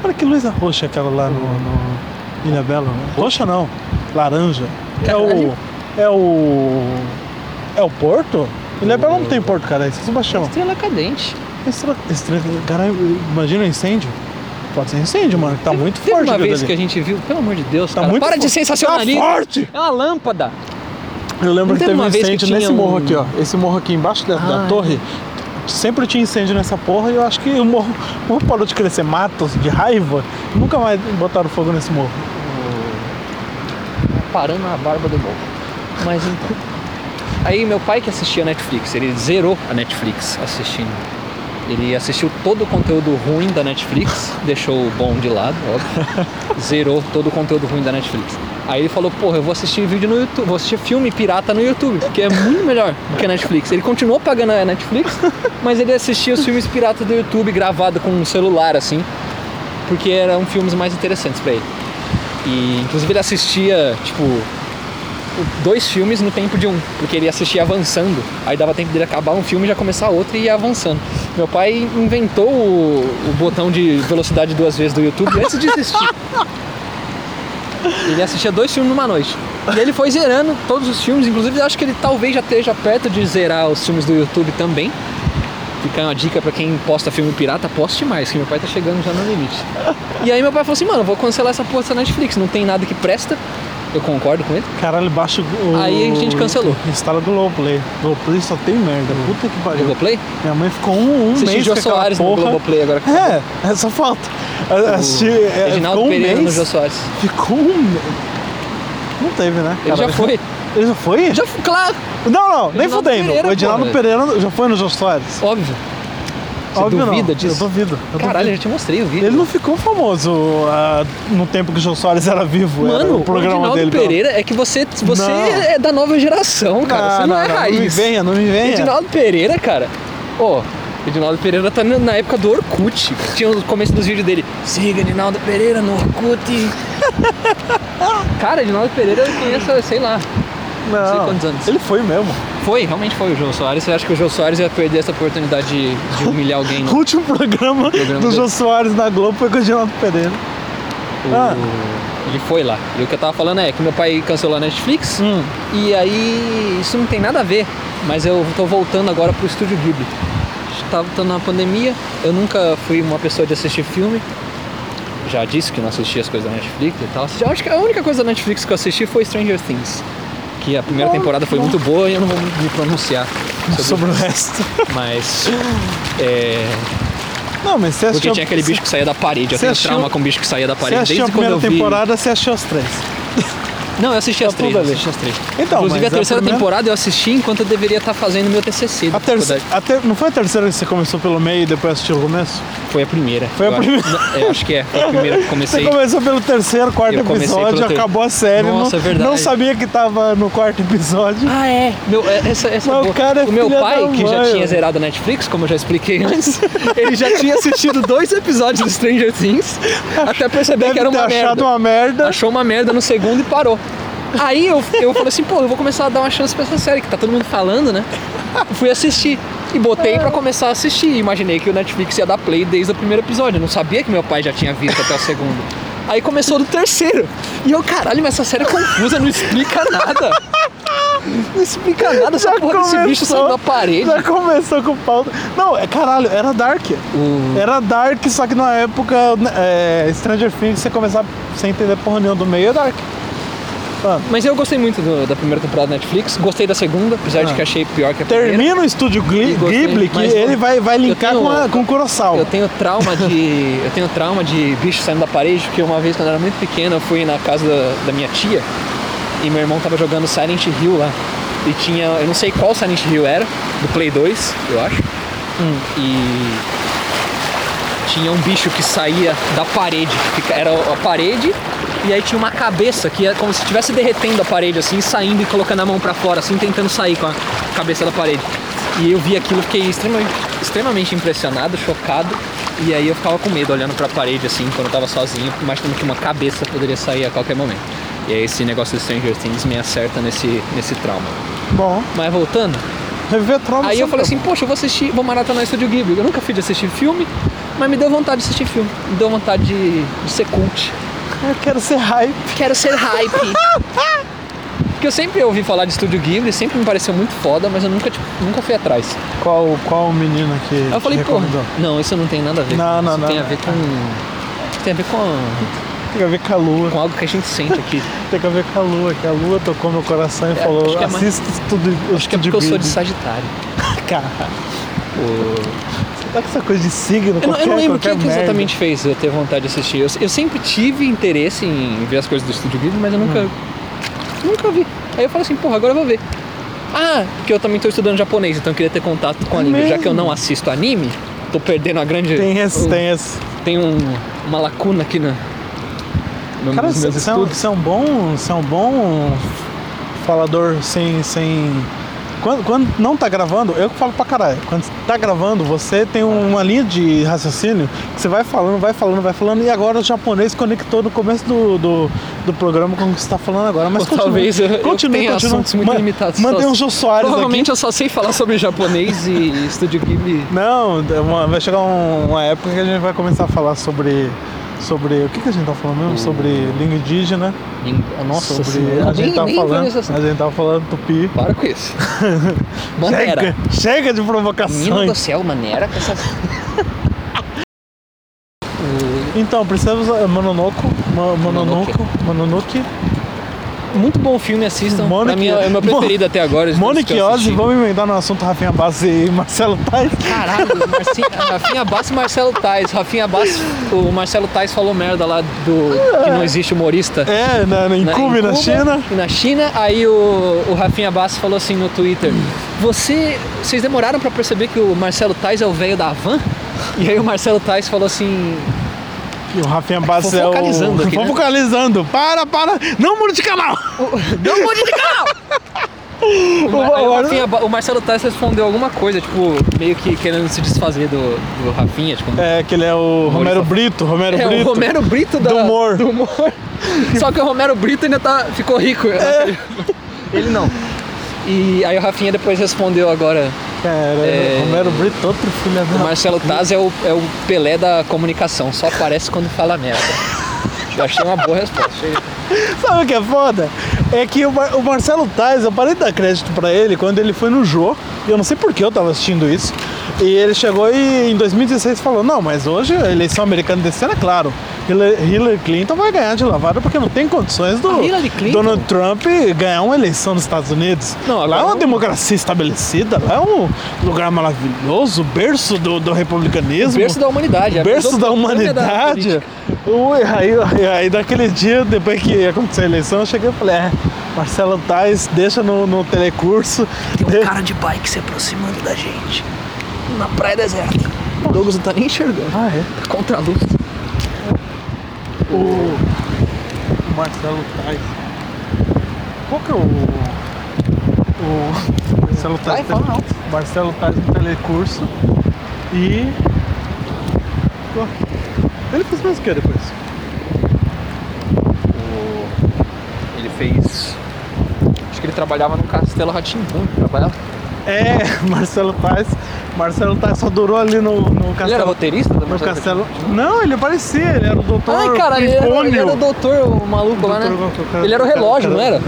Olha que luz roxa é aquela lá no, no Ilha Bela. né? Roxa não, laranja. É Caralho. o. É o. É o Porto? Ilha Bela não tem Porto, cara, é Sebastião. Estrela cadente. Estrela. Estrela cara, imagina um incêndio. Pode ser incêndio, mano, que tá muito Teve forte uma aquilo vez dali. que a gente viu, pelo amor de Deus, Tá cara, muito para fo- de sensacionalismo. Tá forte! É uma lâmpada. Eu lembro Não que teve teve um uma vez que incêndio tinha nesse morro um- aqui, ó. Esse morro aqui embaixo da, da Ah, torre. Sempre tinha incêndio nessa porra e eu acho que o morro, o morro parou de crescer matos de raiva. Nunca mais botaram fogo nesse morro. parando a barba do novo. Mas então. Aí meu pai que assistia a Netflix, ele zerou a Netflix assistindo. Ele assistiu todo o conteúdo ruim da Netflix, deixou o bom de lado, óbvio. Zerou todo o conteúdo ruim da Netflix. Aí ele falou, porra, eu vou assistir vídeo no YouTube, vou assistir filme pirata no YouTube, porque é muito melhor do que a Netflix. Ele continuou pagando a Netflix, mas ele assistia os filmes piratas do YouTube gravado com um celular, assim, porque eram filmes mais interessantes pra ele. E inclusive ele assistia, tipo, o- dois filmes no tempo de um, porque ele assistia avançando. Aí dava tempo dele acabar um filme e já começar outro e ia avançando. Meu pai inventou o, o botão de velocidade duas vezes do YouTube antes de existir. Ele assistia dois filmes numa noite. E ele foi zerando todos os filmes, inclusive eu acho que ele talvez já esteja perto de zerar os filmes do YouTube também. Fica uma dica pra quem posta filme pirata, poste mais, que meu pai tá chegando já no limite. E aí meu pai falou assim, mano, eu vou cancelar essa porra dessa Netflix, não tem nada que presta. Eu concordo com ele. Caralho, baixa o. Aí a gente cancelou. Instala o Globoplay. Globoplay só tem merda. Puta que pariu. Globoplay? Minha mãe ficou um, um Assisti mês Jô com aquela Soares no porra. Globoplay agora. É, essa falta. Assisti, é, Reginaldo ficou um Pereira no mês. Jô Soares. Ficou um mês. Não teve, né? Ele já Caralho. foi. Ele já foi? Já foi, claro, Não, não, nem Edinaldo fudendo. Pereira, O Edinaldo porra. Pereira já foi no Jô Soares. óbvio. Você Óbvio duvida não. disso? Eu duvido. eu Caralho, eu duvido. já te mostrei o vídeo. Ele não ficou famoso ah, no tempo que o Jô Soares era vivo. era Mano, o programa Edinaldo dele. pelo- Pereira é que você, você Não. é da nova geração, cara. você não, é raiz. Não me venha, não me venha. Edinaldo Pereira, cara. Ó, Edinaldo Pereira tá na- na época do Orkut. Tinha o começo dos vídeos dele. Siga Edinaldo Pereira no Orkut. cara, Edinaldo Pereira eu conheço, sei lá. não. sei quantos anos. Ele foi mesmo. Foi, realmente foi o João Soares. Eu acho que o João Soares ia perder essa oportunidade de, de humilhar alguém. né? O No, último programa, Programa do dele. Jô Soares na Globo foi com o Edinaldo Pereira. o- Ah. Ele foi lá. E o que eu tava falando é que meu pai cancelou a Netflix. Hum. E aí, isso não tem nada a ver, mas eu tô voltando agora pro Estúdio Ghibli. Tava tava na pandemia, eu nunca fui uma pessoa de assistir filme. Já disse que não assistia as coisas da Netflix e tal. Eu acho que a única coisa da Netflix que eu assisti foi Stranger Things. Que a primeira temporada foi muito boa e eu não vou me pronunciar sobre, Oh, Sobre o resto. mas. É, Não, mas você porque assistiu. tinha aquele bicho que saía da parede. Eu Você tenho assistiu- trauma com o bicho que saía da Você parede assistiu a desde quando primeira eu vi. temporada, você achou as três. Não, eu assisti as Tá três. tudo Eu ali. assisti as três. Inclusive Então, a mas é a terceira primeira- temporada eu assisti enquanto eu deveria estar fazendo meu TCC. da A terceira, faculdade. a ter- não foi a terceira que você começou pelo meio e depois assistiu o começo? Foi a primeira. Foi a eu acho- primeira. Não, eu acho que é. Foi a primeira que Você comecei. começou pelo terceiro, quarto Eu comecei episódio, pelo ter- acabou a série. Nossa, não, é verdade. não sabia que tava no quarto episódio. Ah, é. Meu, é- essa, essa Mas o boa. cara é o meu filha pai, da que já mãe, tinha ó. zerado a Netflix, como eu já expliquei antes, ele já tinha assistido dois episódios do Stranger Things, até perceber que Deve era ter uma achado merda. uma merda. Achou uma merda no segundo e parou. Aí eu, eu falei assim, pô, eu vou começar a dar uma chance pra essa série, que tá todo mundo falando, né? Fui assistir. E botei pra começar a assistir. Imaginei que o Netflix ia dar play desde o primeiro episódio. Eu não sabia que meu pai já tinha visto até o segundo. Aí começou do terceiro. E eu, caralho, mas essa série é confusa, não explica nada. Não explica nada, essa Já porra desse bicho saindo da parede. Já começou com o pau. Não, é caralho, era Dark. O- Era Dark, só que na época é, Stranger Things você começava sem entender porra nenhuma do meio é Dark. Mas eu gostei muito do- da primeira temporada da Netflix, gostei da segunda, apesar de Ah. que achei pior que a primeira. Termina o estúdio Gli- E gostei, Ghibli, que mas não- ele vai, vai eu linkar tenho- com, a, com o Kurosawa. Eu tenho trauma de. eu tenho trauma de bicho saindo da parede, porque uma vez quando eu era muito pequeno eu fui na casa da, da minha tia e meu irmão tava jogando Silent Hill lá. E tinha. Eu não sei qual Silent Hill era, do Play 2, eu acho. E tinha um bicho que saía da parede. que fica- Era a parede e aí tinha uma cabeça que é como se estivesse derretendo a parede, assim, saindo e colocando a mão pra fora, assim, tentando sair com a cabeça da parede. E eu vi aquilo, fiquei extremamente, extremamente impressionado, chocado. E aí eu ficava com medo olhando pra parede, assim, quando eu tava sozinho, imaginando que uma cabeça poderia sair a qualquer momento. E aí esse negócio do Stranger Things me acerta nesse, nesse trauma. Bom, Mas voltando, reviver trauma. Aí eu sempre falei é assim, poxa, eu vou assistir, vou maratonar Estúdio Ghibli. Eu nunca fui de assistir filme, mas me deu vontade de assistir filme. Me deu vontade de, de ser cult. bom. Eu quero ser hype. Quero ser hype. Porque eu sempre ouvi falar de Estúdio Ghibli, sempre me pareceu muito foda, mas eu nunca, tipo, nunca fui atrás. Qual, qual menina que. Aí eu te falei, pô, recomendou? não, isso não tem nada a ver. Não, não, isso não, Tem a não. ver com... isso Tem a ver com, Tem a ver com a lua. com algo que é a gente sente aqui. Tem a ver com a lua, que a lua tocou meu coração e falou: acho que é mais- assista tudo. Acho que é porque eu sou de Sagitário. O- Você tá com essa coisa de signo, Eu não, qualquer, eu não lembro qualquer quem é que merda. exatamente fez eu ter vontade de assistir. Eu, eu sempre tive interesse em ver as coisas do Estúdio Ghibli, mas eu nunca, Hum. nunca vi. Aí eu falo assim, porra, agora eu vou ver. Ah, porque eu também tô estudando japonês, então eu queria ter contato com a língua. Já que eu É mesmo? não assisto anime, tô perdendo a grande... Tem esse, o- tem esse. tem um- uma lacuna aqui na... no- Cara, nos você meus você é um- estudos. você é um bom. Você é um bom falador sem. sem... Quando, quando não tá gravando, eu que falo pra caralho. Quando tá gravando, você tem uma linha de raciocínio que você vai falando, vai falando, vai falando, e agora o japonês conectou no começo do, do, do programa com o que você tá falando agora. Mas Ou continua, talvez eh, eu- eu continua, tenha continua. assuntos muito Ma- limitados, Mandei só- um Jô Soares aqui. Provavelmente eu só sei falar sobre japonês e Estúdio Ghibli... é Não, uma- vai chegar um- uma época que a gente vai começar a falar sobre sobre. O que, que a gente tá falando Hum. mesmo? Sobre língua indígena. Em- Nossa sobre. senhora. A nem, gente assim. tava nem falando. vem nesse assunto. A gente tava falando tupi. Para com isso. Chega, Maneira. chega de Menino do provocações. céu, maneira com essas... Então, precisamos. Mononoco. Ma- Mononoco. Mononoke. Muito bom filme, assistam. Mônica- Pra mim é o meu preferido até agora. de todos Mônica que e eu Ozzy, assisti. vamos emendar no assunto Rafinha Bassi e Marcelo Tais. Caralho, Marcinho, Rafinha Bass e Marcelo Tais. Rafinha Bass, o Marcelo Tais falou merda lá do que não existe humorista. É, na, na- em né, Cuba, em e na Cuba China. e Na China, aí o, o Rafinha Bass falou assim no Twitter: Você, vocês demoraram pra perceber que o Marcelo Tais é o velho da van? E aí o Marcelo Tais falou assim: E o Rafinha Bassi Tô é o. focalizando aqui, né? Focalizando. Para, para. Não mude de canal. Não mude um de canal! O- Aí o- o, Rafinha Ba- o Marcelo Tais respondeu alguma coisa, tipo, meio que querendo se desfazer do, do Rafinha, tipo, É, que ele é o Romero Brito. Romero É, Brito. o Romero Brito da, do humor. do humor. Só que o Romero Brito ainda tá, ficou rico. É. Ele não. E aí o Rafinha depois respondeu agora, Cara, É. Romero Brito, outro filho o da. Marcelo Taz é o, é o Pelé da comunicação, só aparece quando fala merda. Eu achei uma boa resposta. achei- Sabe o que é foda? É que o, Mar- o Marcelo Tais, eu parei de dar crédito pra ele quando ele foi no Jô, e eu não sei por que eu tava assistindo isso. E ele chegou e em 2016 falou: Não, mas hoje a eleição americana desse ano é claro. Hillary Hillary Clinton vai ganhar de lavada porque não tem condições do Ah, Hillary Clinton? Donald Trump ganhar uma eleição nos Estados Unidos. Não, agora lá é uma não- democracia estabelecida, lá é um lugar maravilhoso, berço do, do republicanismo. Berço da humanidade. é a berço da mesopotâmia da humanidade. política. Ui, aí, aí, aí daquele dia, depois que aconteceu a eleição, eu cheguei e falei, é, Marcelo Tais, deixa no, no telecurso. Tem um de- cara de bike se aproximando da gente. Na praia deserta. O Douglas não tá nem enxergando. Ah, é. Tá contra a luz. O, o Marcelo Tais. Qual que é o. O. Marcelo Tais. Vai, fala alto. Marcelo Tais no telecurso. E. Ué, Ele fez mais o que depois? Ele fez... Acho que ele trabalhava no Castelo Ratimbun. Trabalhava... É, Marcelo Tais. Marcelo Tais só durou ali no, no Ele era castelo. roteirista? do No Marcelo castelo. Não, ele parecia, ele era o doutor. Ai, cara, ele era, ele Pipônio. era o doutor, o maluco lá, né? Doutor, qual que é o cara? Ele era o relógio, Cara, não era?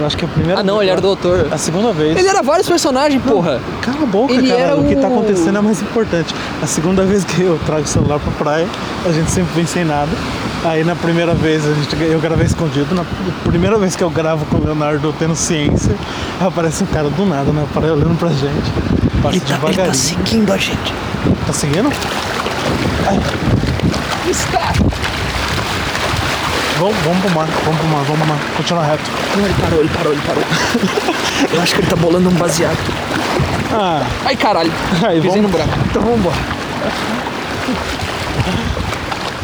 Eu acho que é a primeira Ah, não, vez, ele era o né? doutor. A segunda vez. Ele era vários personagens, porra. Cala a boca, Ele cara. era O que tá o- acontecendo é mais importante. A segunda vez que eu trago o celular pra praia, a gente sempre vem sem nada. Aí na primeira vez a gente, eu gravei escondido. Na primeira vez que eu gravo com o Leonardo tendo ciência, aparece um cara do nada na praia olhando pra gente. Passa Ele tá, ele tá devagarinho. assim. seguindo a gente. Tá seguindo? Está. Vamos, vamos pro mar, vamos pro mar, vamos pro mar. Continua reto. Não, ele parou, ele parou, ele parou. Eu acho que ele tá bolando um baseado. Ah, Ai, caralho. aí Pisei vamos. no buraco. Então vambora.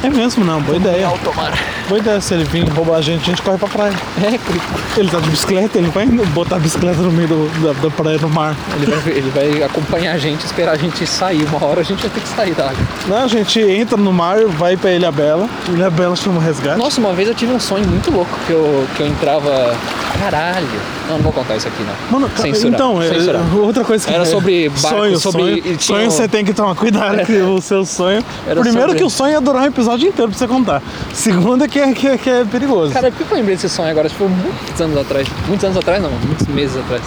É mesmo, não. Boa ideia. Não, tomara. Boa ideia se ele vir roubar a gente, a gente corre pra praia. É, coitado. Ele tá de bicicleta, ele vai botar a bicicleta no meio do- da, da praia no mar. ele vai, ele vai acompanhar a gente, esperar a gente sair. Uma hora a gente vai ter que sair da água. Não, Né, a gente entra no mar, vai pra Ilha Bela. Ilha Bela chama o resgate. Nossa, uma vez eu tive um sonho muito louco que eu, que eu entrava. Caralho. Não, não vou contar isso aqui, não. Mano, ca- Censurar, então, é, censurar. outra coisa que Era sobre barco, sonho, sobre- sonho, e tinha sonho o- você tem que tomar cuidado com o seu sonho. Era Primeiro sobre- que o sonho é durar um episódio inteiro pra você contar. Segundo é que é, que é, que é perigoso. Cara, por que eu lembrei desse sonho agora? Tipo, muitos anos atrás. Muitos anos atrás, não. Muitos meses atrás.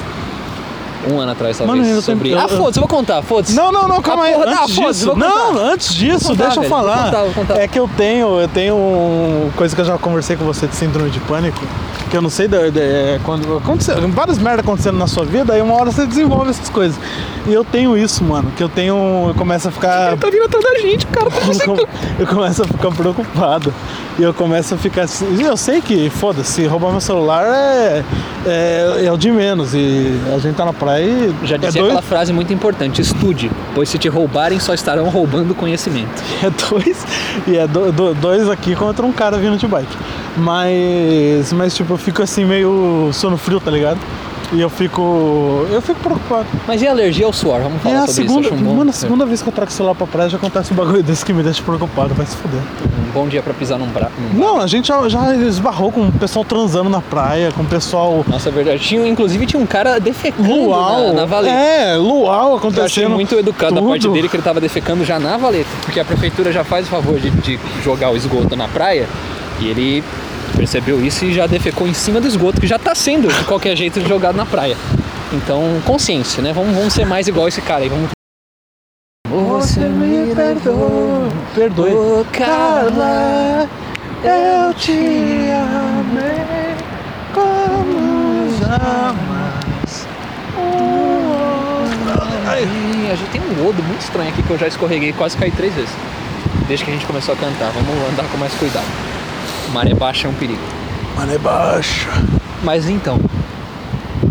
Um ano atrás, talvez. Mano, eu sobre... tenho- Ah, eu- eu- foda-se, eu vou contar, foda-se. Não, não, não, calma Ah, aí. porra, não, antes foda-se, disso, vou contar. não, antes disso, Vou contar, deixa eu velho, falar. vou contar, vou contar. É que eu tenho, eu tenho um- coisa que eu já conversei com você de síndrome de pânico, que eu não sei da, da- é, quando aconteceu, várias merda acontecendo na sua vida, aí uma hora você desenvolve essas coisas. E eu tenho isso, mano, que eu tenho, eu começo a ficar Tá vindo atrás da gente, o cara. Tá eu com- eu começo a ficar preocupado. E eu começo a ficar. assim- Eu sei que, foda-se, roubar meu celular é, é, é o de menos. E a gente tá na praia e. Já é dizia dois, aquela frase muito importante, estude, pois se te roubarem só estarão roubando conhecimento. É dois. E é do- do- dois aqui contra um cara vindo de bike. Mas. Mas, tipo, eu fico assim meio sono frio, tá ligado? E eu fico. Eu fico preocupado. Mas e a alergia ao suor? Vamos falar é a sobre segunda. isso. acho um bom- mano, a segunda vez que eu trago o celular pra praia já acontece um bagulho desse que me deixa preocupado, vai se fuder. Um bom dia pra pisar num braço. Não, a gente já, já esbarrou com o pessoal transando na praia, com o pessoal. Nossa, é verdade. Tinha, inclusive tinha um cara defecando Luau. né? na, na valeta. é, luau Eu achei acontecendo. muito educado da parte tudo. dele que ele tava defecando já na valeta, porque a prefeitura já faz o favor de, de jogar o esgoto na praia e ele percebeu isso e já defecou em cima do esgoto, que já tá sendo de qualquer jeito jogado na praia. Então, consciência, né? Vamos, vamos ser mais igual esse cara aí. Vamos... Você me perdoa, perdoe. Carla, eu te amei como jamais. Ih, a gente tem um odo muito estranho aqui que eu já escorreguei, quase caí três vezes. Desde que a gente começou a cantar, vamos andar com mais cuidado. Maré baixa é um perigo. Mano, é baixo. Mas então,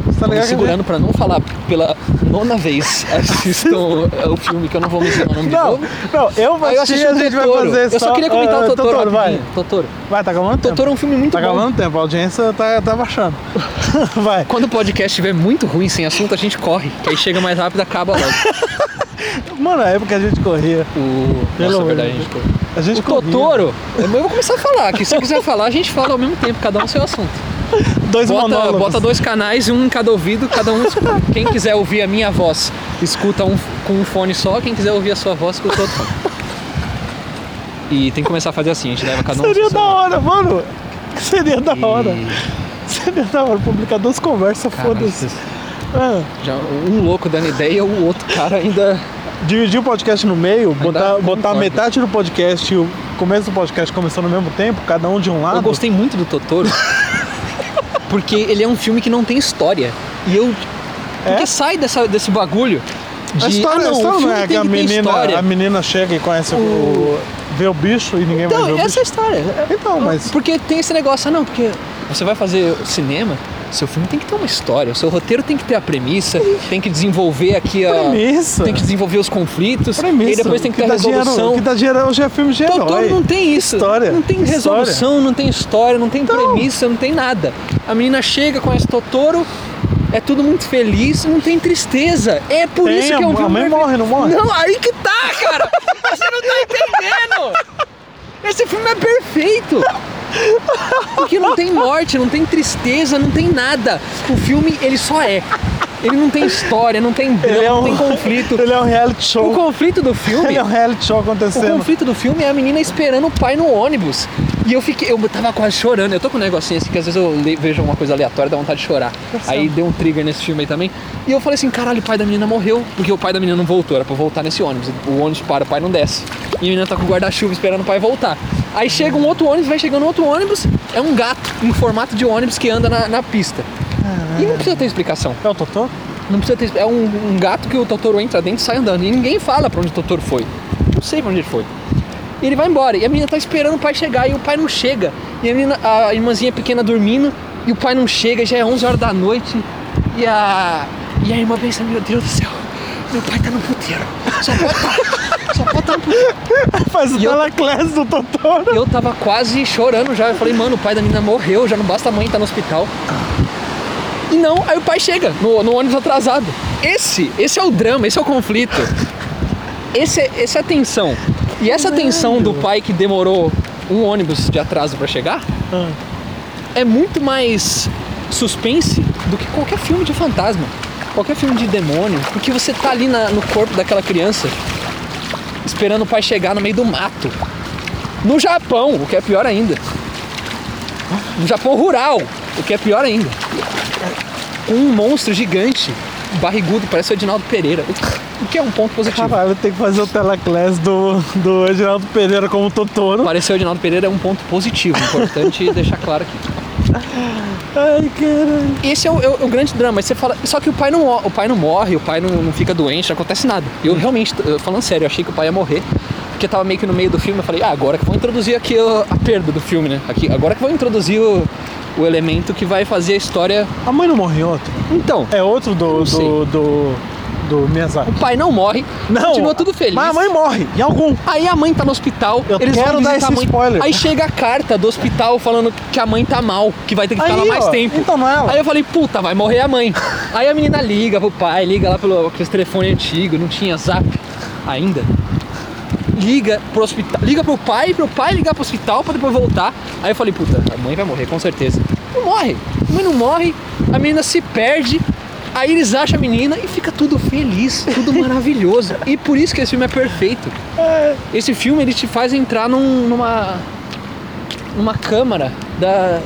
Você Tô tá me ligado? que- segurando pra não falar pela nona vez. Assistam o filme que eu não vou mencionar o nome Não, de novo. não, eu vou Aí Ah, eu assistir assisti a o gente vai Totoro. fazer Eu só queria comentar Ah, o Totoro. vai. rapidinho. Totoro. Vai, tá acabando tempo. Totoro é um filme muito Tá bom. acabando tempo, a audiência tá, tá baixando. Vai. Quando o podcast estiver muito ruim, sem assunto, a gente corre. Que aí chega mais rápido e acaba logo. Mano, a época a gente corria. O... Pelo Nossa, é amor verdade, a de gente corre. A gente O Totoro, eu vou começar a falar, que se eu quiser falar, a gente fala ao mesmo tempo, cada um seu assunto. dois Bota, monólogos. bota dois canais, um em cada ouvido, cada um. Quem quiser ouvir a minha voz, escuta um com um fone só, quem quiser ouvir a sua voz, escuta outro fone. E tem que começar a fazer assim, a gente leva cada um. Seria pro seu da hora, mano. Seria da hora. E, Seria da hora publicar duas conversas, cara, foda-se. Ah, já, um louco dando ideia, o outro cara ainda. dividir o podcast no meio, botar, concordo. botar metade do podcast e o começo do podcast começando ao mesmo tempo, cada um de um lado. Eu gostei muito do Totoro. Porque ele é um filme que não tem história. E eu. Porque É? sai dessa, desse bagulho. De, a história, ah, não, a história o não filme é tem que a que ter menina, história. a menina chega e conhece o... vê o bicho e ninguém vai Então, ver essa é a história. o bicho. Então, mas Porque tem esse negócio, ah não, porque você vai fazer cinema, seu filme tem que ter uma história, o seu roteiro tem que ter a premissa, tem que desenvolver aqui a. premissa. Tem que desenvolver os conflitos, premissa. e depois tem que, ter dá a resolução. Dinheiro, que dá dinheiro hoje é filme de herói. Totoro não tem isso. História. Não tem História. Então. resolução, não tem história, não tem premissa, não tem nada. A menina chega, conhece Totoro, é tudo muito feliz, não tem tristeza. É por Tem, isso que é um a filme. mãe morre, não morre? Não, aí que tá, cara! Você não tá entendendo! Esse filme é perfeito! Porque não tem morte, não tem tristeza, não tem nada. O filme, ele só é. Ele não tem história, não tem drama, Ele é não tem um conflito. Ele é um reality show. O conflito do filme. Ele é um reality show O acontecendo. conflito do filme é a menina esperando o pai no ônibus. E eu fiquei, eu tava quase chorando. Eu tô com um negocinho assim que às vezes eu le- vejo uma coisa aleatória, dá vontade de chorar. Aí deu um trigger nesse filme aí também. E eu falei assim, caralho, o pai da menina morreu, porque o pai da menina não voltou, era pra voltar nesse ônibus. O ônibus para, o pai não desce. E a menina tá com o guarda-chuva esperando o pai voltar. Aí chega um outro ônibus, vai chegando outro ônibus, é um gato em formato de ônibus que anda na, na pista. E não precisa ter explicação. É o Totoro? Não precisa ter. É um, um gato que o Totoro entra dentro e sai andando. E ninguém fala pra onde o Totoro foi. Não sei pra onde ele foi. E ele vai embora. E a menina tá esperando o pai chegar. E o pai não chega. E a, menina, a irmãzinha pequena dormindo. E o pai não chega. Já é 11 horas da noite. E a. E a irmã pensa: Meu Deus do céu. Meu pai tá no puteiro. Só pode tá. Só pode tá no puteiro. Faz o E eu- Telaclass do Totoro. E eu tava quase chorando já. Eu falei, mano, o pai da menina morreu, já não basta a mãe estar no hospital. E não, aí o pai chega no, no ônibus atrasado. Esse, esse é o drama, esse é o conflito. Esse, é- essa é a tensão. E essa tensão do pai que demorou um ônibus de atraso pra chegar Ah. é muito mais suspense do que qualquer filme de fantasma. Qualquer filme de demônio. Porque você tá ali na- no corpo daquela criança esperando o pai chegar no meio do mato. No Japão, o que é pior ainda. No Japão rural, o que é pior ainda. Com um monstro gigante, barrigudo, parece o Edinaldo Pereira. O que é um ponto positivo. Caralho, tem que fazer o Telaclass do, do Edinaldo Pereira como Totoro. Parecer o Edinaldo Pereira é um ponto positivo, importante deixar claro aqui. Ai, caralho. Esse é o, é o- é o grande drama. Aí Você fala, só que o pai não, mo- o pai não morre, o pai não, não fica doente, não acontece nada. Eu realmente, eu- falando sério, eu achei que o pai ia morrer, porque eu tava meio que no meio do filme. Eu falei, ah, agora que vão introduzir aqui o- a perda do filme, né? Aqui, agora que vão introduzir o, o elemento que vai fazer a história. A mãe não morre em outro? Então, É outro do. sei. do, do, do Miyazaki. O pai não morre, continua tudo feliz. Mas a mãe morre, em algum. Aí a mãe tá no hospital, Eu eles quero vão dar visitar esse a mãe. spoiler. Aí chega a carta do hospital falando que a mãe tá mal, que vai ter que ficar lá Aí, mais ó, tempo. então não é ela. Aí eu falei, puta, vai morrer a mãe. Aí a menina liga pro pai, liga lá pelo aqueles telefone antigo, não tinha zap ainda. Liga pro hospital, liga pro pai, pro pai ligar pro hospital pra depois voltar. Aí eu falei, puta, a mãe vai morrer, com certeza. Não morre, a mãe não morre, a menina se perde. Aí eles acham a menina e fica tudo feliz, tudo maravilhoso. E por isso que esse filme é perfeito. Esse filme ele te faz entrar num- numa numa câmara da,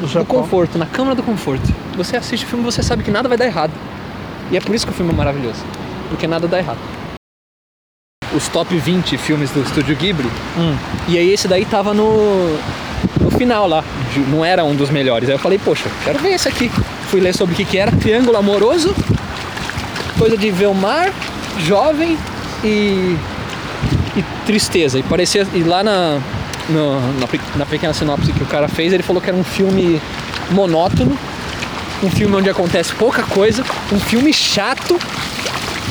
do conforto, na câmara do conforto. Você assiste o filme, você sabe que nada vai dar errado. E é por isso que o filme é maravilhoso, porque nada dá errado. Os top 20 filmes do Estúdio Ghibli. E aí esse daí tava no no final lá, de- não era um dos melhores. Aí eu falei, poxa, quero ver esse aqui. Fui ler sobre o que que era, Triângulo Amoroso, coisa de ver o mar, jovem e e tristeza. E parecia. E lá na, no- na, pe- na pequena sinopse que o cara fez, ele falou que era um filme monótono, um filme onde acontece pouca coisa, um filme chato,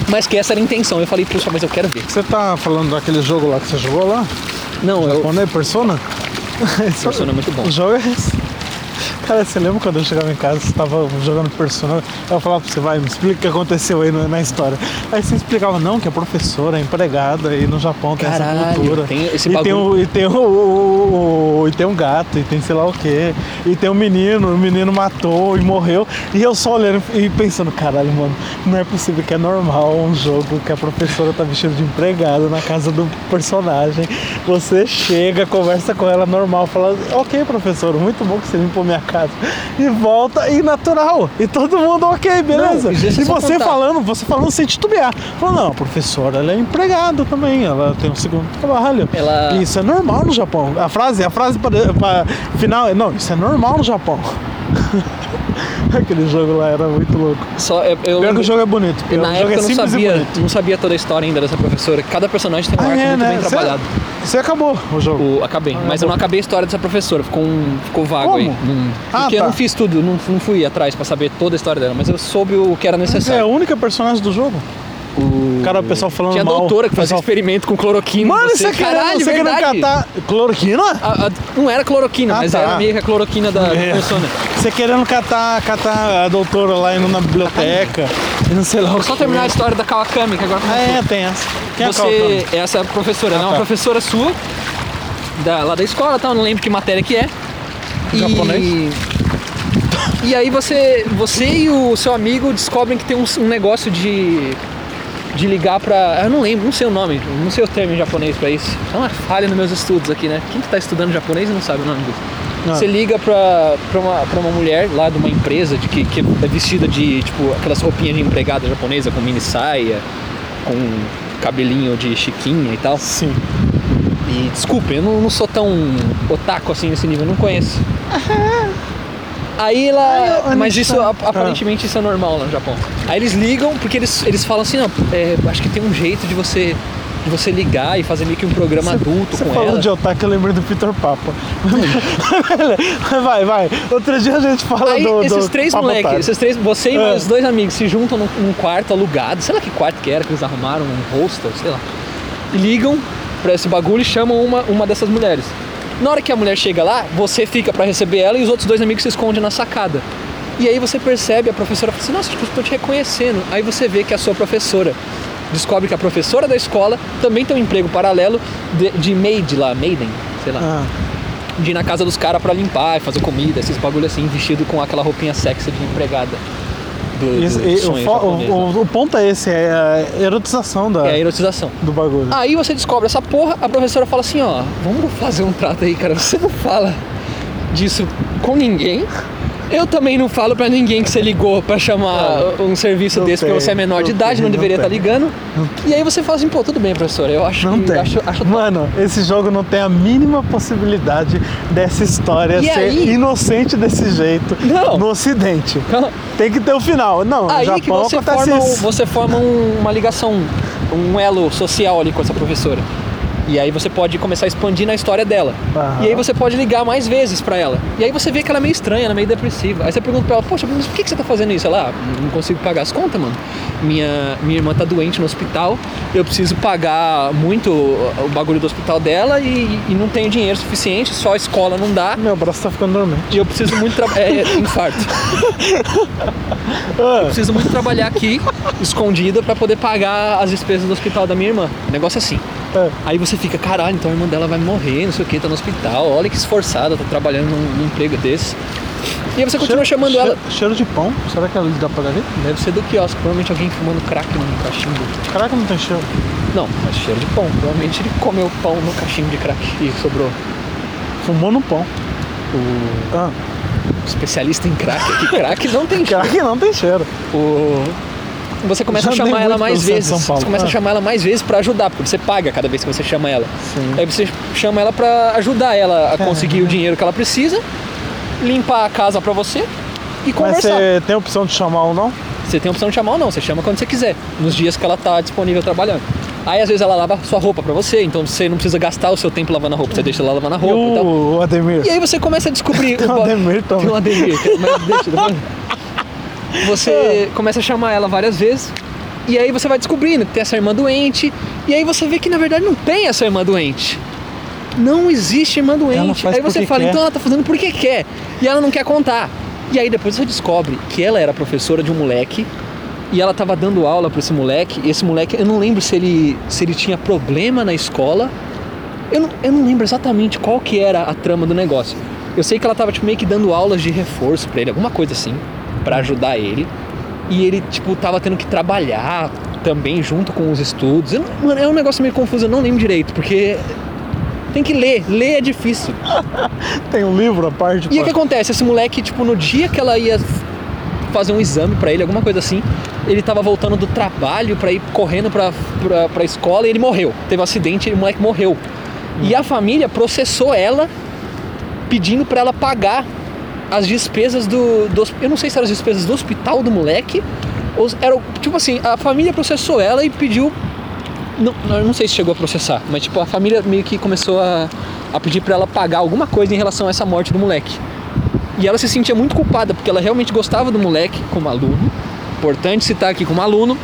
mas que essa era a intenção. Eu falei, puxa, mas eu quero ver. Você tá falando daquele jogo lá que você jogou lá? Não, eu. Quando é Persona? Persona é muito bom. O jogo é esse. Cara, você lembra quando eu chegava em casa, você tava jogando Persona, eu falava pra você, vai, me explica o que aconteceu aí no- na história. Aí você explicava, não, que é professora, é empregada, e no Japão tem essa Caralho, cultura. tem esse e, tem bagulho. o, e tem o, o- o- E tem um gato, e tem sei lá o quê. E tem um menino, o menino matou e morreu. E eu só olhando e pensando, caralho, mano, não é possível que é normal um jogo que a professora tá vestida de empregada na casa do personagem. Você chega, conversa com ela normal, fala, ok, professora, muito bom que você limpou minha casa. E volta, e natural. E todo mundo, ok, beleza. Não, e e deixa eu só você contar. falando, você falando sem titubear. Falou, não, a professora, ela é empregada também, ela tem um segundo trabalho. Ela- E isso é normal no Japão. A frase, a frase para, final é, não, isso é normal no Japão. Aquele jogo lá era muito louco. Só, eu, eu Pior que lembro- o jogo é bonito. eu- o na jogo época é eu não simples e sabia, bonito. não sabia toda a história ainda dessa professora. Cada personagem tem um Ah, arco é, muito né? bem Você- trabalhado. Você acabou o jogo. O- acabei, mas eu não acabei a história dessa professora, ficou, um- ficou vago aí. Como? Não- Ah, porque eu tá. não fiz tudo, não, não fui atrás pra saber toda a história dela, mas eu soube o que era Você é a necessário. única personagem do jogo? O- Cara, É, o pessoal falando Tinha a mal. doutora que fazia pessoal... experimento com cloroquina. Mano, é você, você querendo, caralho, você querendo verdade. catar cloroquina? A- a- não era cloroquina, Ah, mas tá. era meio que a cloroquina da É. persona. Você querendo catar, catar a doutora lá indo na biblioteca e não sei lá o Só que. terminar a história da Kawakami, que agora Ah, é, tem essa. Quem é a você, essa é a professora, ela é uma tá. professora sua, da- lá da escola, tá? Eu não lembro que matéria que é. E- Japonês? E aí você, você e o seu amigo descobrem que tem um, um negócio de de ligar pra... ah, Eu não lembro, não sei o nome, não sei o termo em japonês pra isso. É uma falha nos meus estudos aqui, né? Quem que tá estudando japonês e não sabe o nome disso. Não. Você liga pra, pra, uma, pra uma mulher lá de uma empresa de que, que é vestida de, tipo, aquelas roupinhas de empregada japonesa com mini saia, com um cabelinho de chiquinha e tal. Sim. E desculpa, eu não, não sou tão otaku assim nesse nível, eu não conheço. Aí ela. Ai, eu- mas isso honesta- ap- aparentemente isso é normal lá no Japão. Aí eles ligam porque eles, eles falam assim, não, é, acho que tem um jeito de você de você ligar e fazer meio que um programa adulto Você com falou ela. de otaku, eu lembrei do Peter Papa. vai, vai. Outro dia a gente fala Aí do, do esses três Papa moleques, Otário. esses três, você e É. mais dois amigos se juntam num, num quarto alugado, sei lá que quarto que era que eles arrumaram, um hostel, sei lá. E ligam pra esse bagulho e chamam uma, uma dessas mulheres. Na hora que a mulher chega lá, você fica pra receber ela e os outros dois amigos se escondem na sacada. E aí você percebe, a professora fala assim, nossa, tipo, estou te reconhecendo. Aí você vê que é a sua professora. Descobre que a professora da escola também tem um emprego paralelo de, de maid lá, maiden, sei lá Ah, de ir na casa dos caras pra limpar, fazer comida, esses bagulho assim, vestido com aquela roupinha sexy de empregada. Do, esse- do e- o, sonho fo- japonês, né? o- o ponto é esse, é a erotização da, É Ah, a erotização. do bagulho. Aí você descobre essa porra, a professora fala assim, ó, vamos fazer um trato aí, cara. Você não fala disso com ninguém. Eu também não falo pra ninguém que você ligou pra chamar um serviço não desse tem, porque você é menor não de idade, tem, não não deveria tem. estar ligando. E aí você fala assim, pô, tudo bem, professora, eu acho Não que tem. acho, acho Mano, esse jogo não tem a mínima possibilidade dessa história E ser aí? inocente desse jeito Não. no ocidente. Tem que ter o final. Não, no Aí Japão que você acontece forma, um- isso. você forma um- uma ligação, um elo social ali com essa professora. E aí você pode começar a expandir na história dela. Aham. E aí você pode ligar mais vezes pra ela. E aí você vê que ela é meio estranha, ela é meio depressiva. Aí você pergunta pra ela, poxa, mas por que que você tá fazendo isso? Ela, "Ah, não consigo pagar as contas, mano. Minha, minha irmã tá doente no hospital, eu preciso pagar muito o o bagulho do hospital dela e, e não tenho dinheiro suficiente, só a escola não dá. Meu braço tá ficando dormente. E eu preciso muito trabalhar. É, infarto. eu preciso muito trabalhar aqui, escondida, pra poder pagar as despesas do hospital da minha irmã. Um negócio assim. É. Aí você fica, caralho, então a irmã dela vai morrer, não sei o que, tá no hospital. Olha que esforçada, tá trabalhando num, num emprego desse. E aí você continua chamando cheiro, ela. Cheiro de pão? Será que ela dá pra ver? Deve ser do quiosque, provavelmente alguém fumando crack num cachimbo. Caraca, não tem cheiro. Não, mas cheiro de pão. Provavelmente ele comeu pão no cachimbo de crack e sobrou. Fumou no pão. O Ah, especialista em crack, que crack não tem cheiro. caraca, não tem cheiro. O- Você começa Já a andei chamar ela muito mais pelo centro de vezes. São Paulo. Você começa a Ah. chamar ela mais vezes pra ajudar, porque você paga cada vez que você chama ela. Sim. É. Aí você chama ela pra ajudar ela a conseguir o dinheiro que ela precisa, limpar a casa pra você e Mas conversar. Você... você tem a opção de chamar ou não? tem a opção de chamar ou não, você chama quando você quiser, nos dias que ela tá disponível trabalhando. Aí às vezes ela lava sua roupa pra você, então você não precisa gastar o seu tempo lavando a roupa, você deixa ela lavando a E roupa e tal. o Ademir? E aí você começa a descobrir. Tem um ba- Ademir também. Tem um Ademir, cara, mas deixa depois. É. Você começa a chamar ela várias vezes. E aí você vai descobrindo que tem essa irmã doente. E aí você vê que na verdade não tem essa irmã doente. Não existe irmã Ela doente. faz Aí você porque fala, quer. então ela tá fazendo porque quer. E ela não quer contar. E aí depois você descobre que ela era professora de um moleque. E ela tava dando aula pra esse moleque. E esse moleque, eu não lembro se ele, se ele tinha problema na escola eu não, eu não lembro exatamente qual que era a trama do negócio. Eu sei que ela tava, tipo, meio que dando aulas de reforço pra ele, alguma coisa assim, pra ajudar ele. E ele, tipo, tava tendo que trabalhar também junto com os estudos. Eu não- mano, é um negócio meio confuso, eu não lembro direito, porque tem que ler. Ler é difícil. Tem um livro à parte. E o pô. que acontece? Esse moleque, tipo, no dia que ela ia f- fazer um exame pra ele, alguma coisa assim, ele tava voltando do trabalho pra ir correndo pra, pra, pra escola e ele morreu. Teve um acidente e o moleque morreu. E a família processou ela pedindo pra ela pagar as despesas do, do hos- Eu não sei se eram as despesas do hospital do moleque. Ou se- era, o- tipo assim, a família processou ela e pediu não, não, eu não sei se chegou a processar, mas tipo, a família meio que começou a, a pedir pra ela pagar alguma coisa em relação a essa morte do moleque. E ela se sentia muito culpada, porque ela realmente gostava do moleque como aluno. Importante citar aqui como aluno.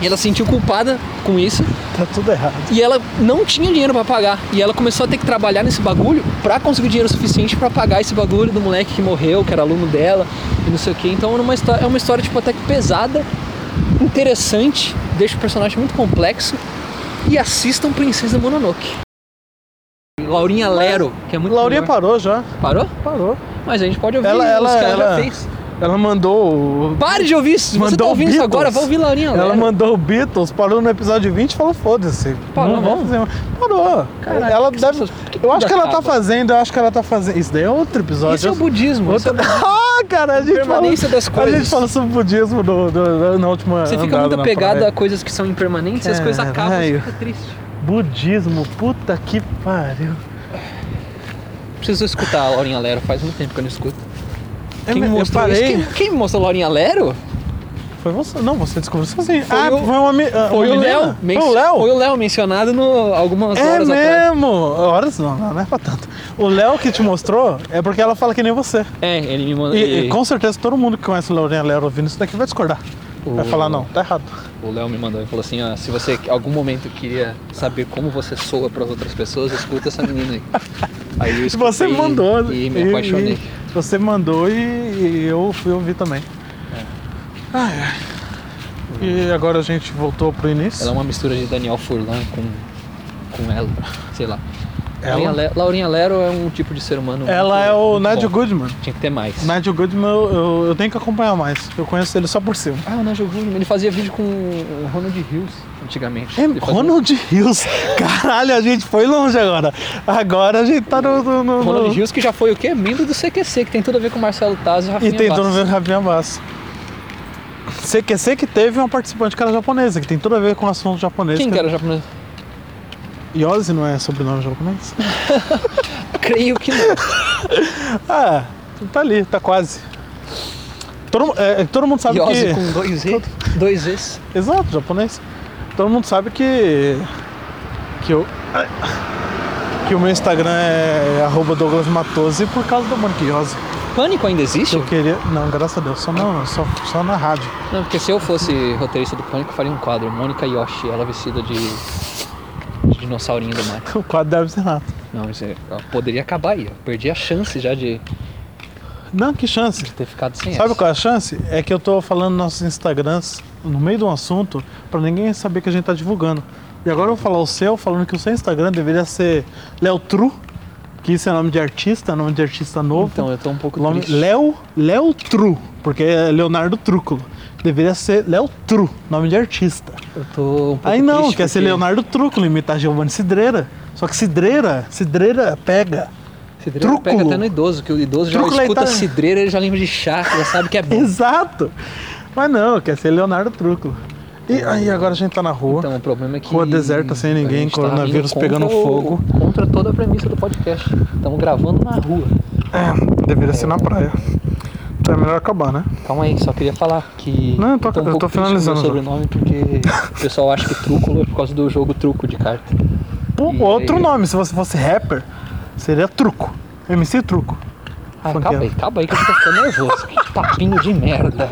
E ela se sentiu culpada com isso. Tá tudo errado. E ela não tinha dinheiro pra pagar. E ela começou a ter que trabalhar nesse bagulho pra conseguir dinheiro suficiente pra pagar esse bagulho do moleque que morreu, que era aluno dela, e não sei o que. Então era uma histó- é uma história tipo, até que pesada, interessante, deixa o personagem muito complexo. E assistam Princesa Mononoke. Laurinha Lero, que é muito Laurinha melhor. parou já. parou. Parou. Mas a gente pode ouvir Ela- ela- os que já ela- fez. Ela mandou. o- Pare de ouvir isso. Se você Mandou tá o ouvindo isso Beatles. agora, vai ouvir Laurinha Lero. Ela mandou o Beatles, parou no episódio 20 e falou: foda-se. Parou não vou mesmo? fazer mais." Parou. Caralho, ela que deve. pessoas- que Eu acho que ela tá acaba? fazendo, eu acho que ela tá fazendo. Isso daí é outro episódio. Isso é o budismo. isso é Outra... Ah, cara, a gente Permanência falou, das coisas. A gente falou sobre budismo no, no, no, na última Você fica andada muito na apegado praia. a coisas que são impermanentes e as coisas acabam, você Caralho. fica triste. Budismo, puta que pariu. Preciso escutar a Laurinha Lero, faz muito tempo que eu não escuto. É, eu, me- eu parei. Quem, quem me mostrou a Laurinha Lero? Foi você? Não, você descobriu sozinho. Foi ah, o- foi uma, me- ah, Foi uma o menina? Léo. men- Foi o Léo? Foi o Léo mencionado no, algumas É horas atrás. mesmo! Horas não, não é pra tanto. O Léo que te mostrou é porque ela fala que nem você. É, ele me mandou. E, e com certeza todo mundo que conhece o Laurinha Léo ouvindo isso daqui vai discordar. Vai O- falar, não, tá errado. O Léo me mandou e falou assim, ó, se você em algum momento queria saber como você soa para outras pessoas, escuta essa menina aí. Aí eu Se você escutei mandou. E, me apaixonei. e- você mandou e, e eu fui ouvir também. É. Ai, ai. E agora a gente voltou pro início. Ela é uma mistura de Daniel Furlan com, com ela, sei lá. Ela? Laurinha Le- Laurinha Lero é um tipo de ser humano. Ela muito- é o um muito Nigel bom. Goodman. Tinha que ter mais. Nigel Goodman eu, eu- eu tenho que acompanhar mais. Eu conheço ele só por cima. Ah, o Nigel Goodman, ele fazia vídeo com o Ronald Hills antigamente. É, Ele um- fazia- Ronald Hills. Caralho, a gente foi longe agora. Agora a gente tá no. no- no- Ronald no- Hills que já foi o quê? Membro do CQC, que tem tudo a ver com o Marcelo Taz e E Rafinha tem tudo a Bastos. ver com Rafinha Basso. CQC que teve uma participante que era japonesa, que tem tudo a ver com o assunto japonês. é Quem que era japonês? Yose não é sobrenome japonês? Creio que não. ah, tá ali, tá quase. Todo, mu- é, é que todo mundo sabe Yose que. com dois E, dois Es. Exato, japonês. Todo mundo sabe que. Que o Que o meu Instagram é arroba Douglas Matose por causa da Manquiosa. Pânico ainda existe? Eu queria. Não, graças a Deus, só na, só, só na rádio. Não, porque se eu fosse roteirista do Pânico, eu faria um quadro. Mônica Yoshi, ela vestida de, de dinossaurinho do mar. O quadro da Hermes e Renato. Não, isso é- ó, poderia acabar aí. Eu perdi a chance já de Não, que chance. ter ficado sem Sabe essa. qual é a chance? É que eu tô falando nossos Instagrams no meio de um assunto pra ninguém saber que a gente tá divulgando. E agora eu vou falar o seu, falando que o seu Instagram deveria ser Léo Tru, que isso é nome de artista, nome de artista novo. Então, eu tô um pouco Nome- triste. Léo, Léo Tru, porque é Leonardo Trúculo. Deveria ser Léo Tru, nome de artista. Eu tô um pouco Aí não, triste quer ser porque Leonardo Trúculo, imitar Giovanni Cidreira. Só que Cidreira, Cidreira pega. cidreira pega Trúculo. até no idoso, que o idoso já Trúculo é escuta italiano. cidreira, ele já lembra de chá, já sabe que é bom. Exato! Mas não, quer ser Leonardo Trúculo. E aí agora a gente tá na rua. Então, o problema é que. Rua deserta, sem a ninguém, gente tá coronavírus indo contra pegando o- fogo. Contra toda a premissa do podcast. Estamos gravando na rua. É, deveria ser na praia. Então é melhor acabar, né? Calma aí, só queria falar que. um Não, eu tô- eu pouco tô triste com o finalizando já. meu sobrenome porque o pessoal acha que trúculo é por causa do jogo truco de carta. Pô, E- outro nome, se você fosse rapper, seria Truco. MC Truco. Ah, Funkeiro. calma aí, calma aí que eu tô ficando nervoso. que papinho de merda.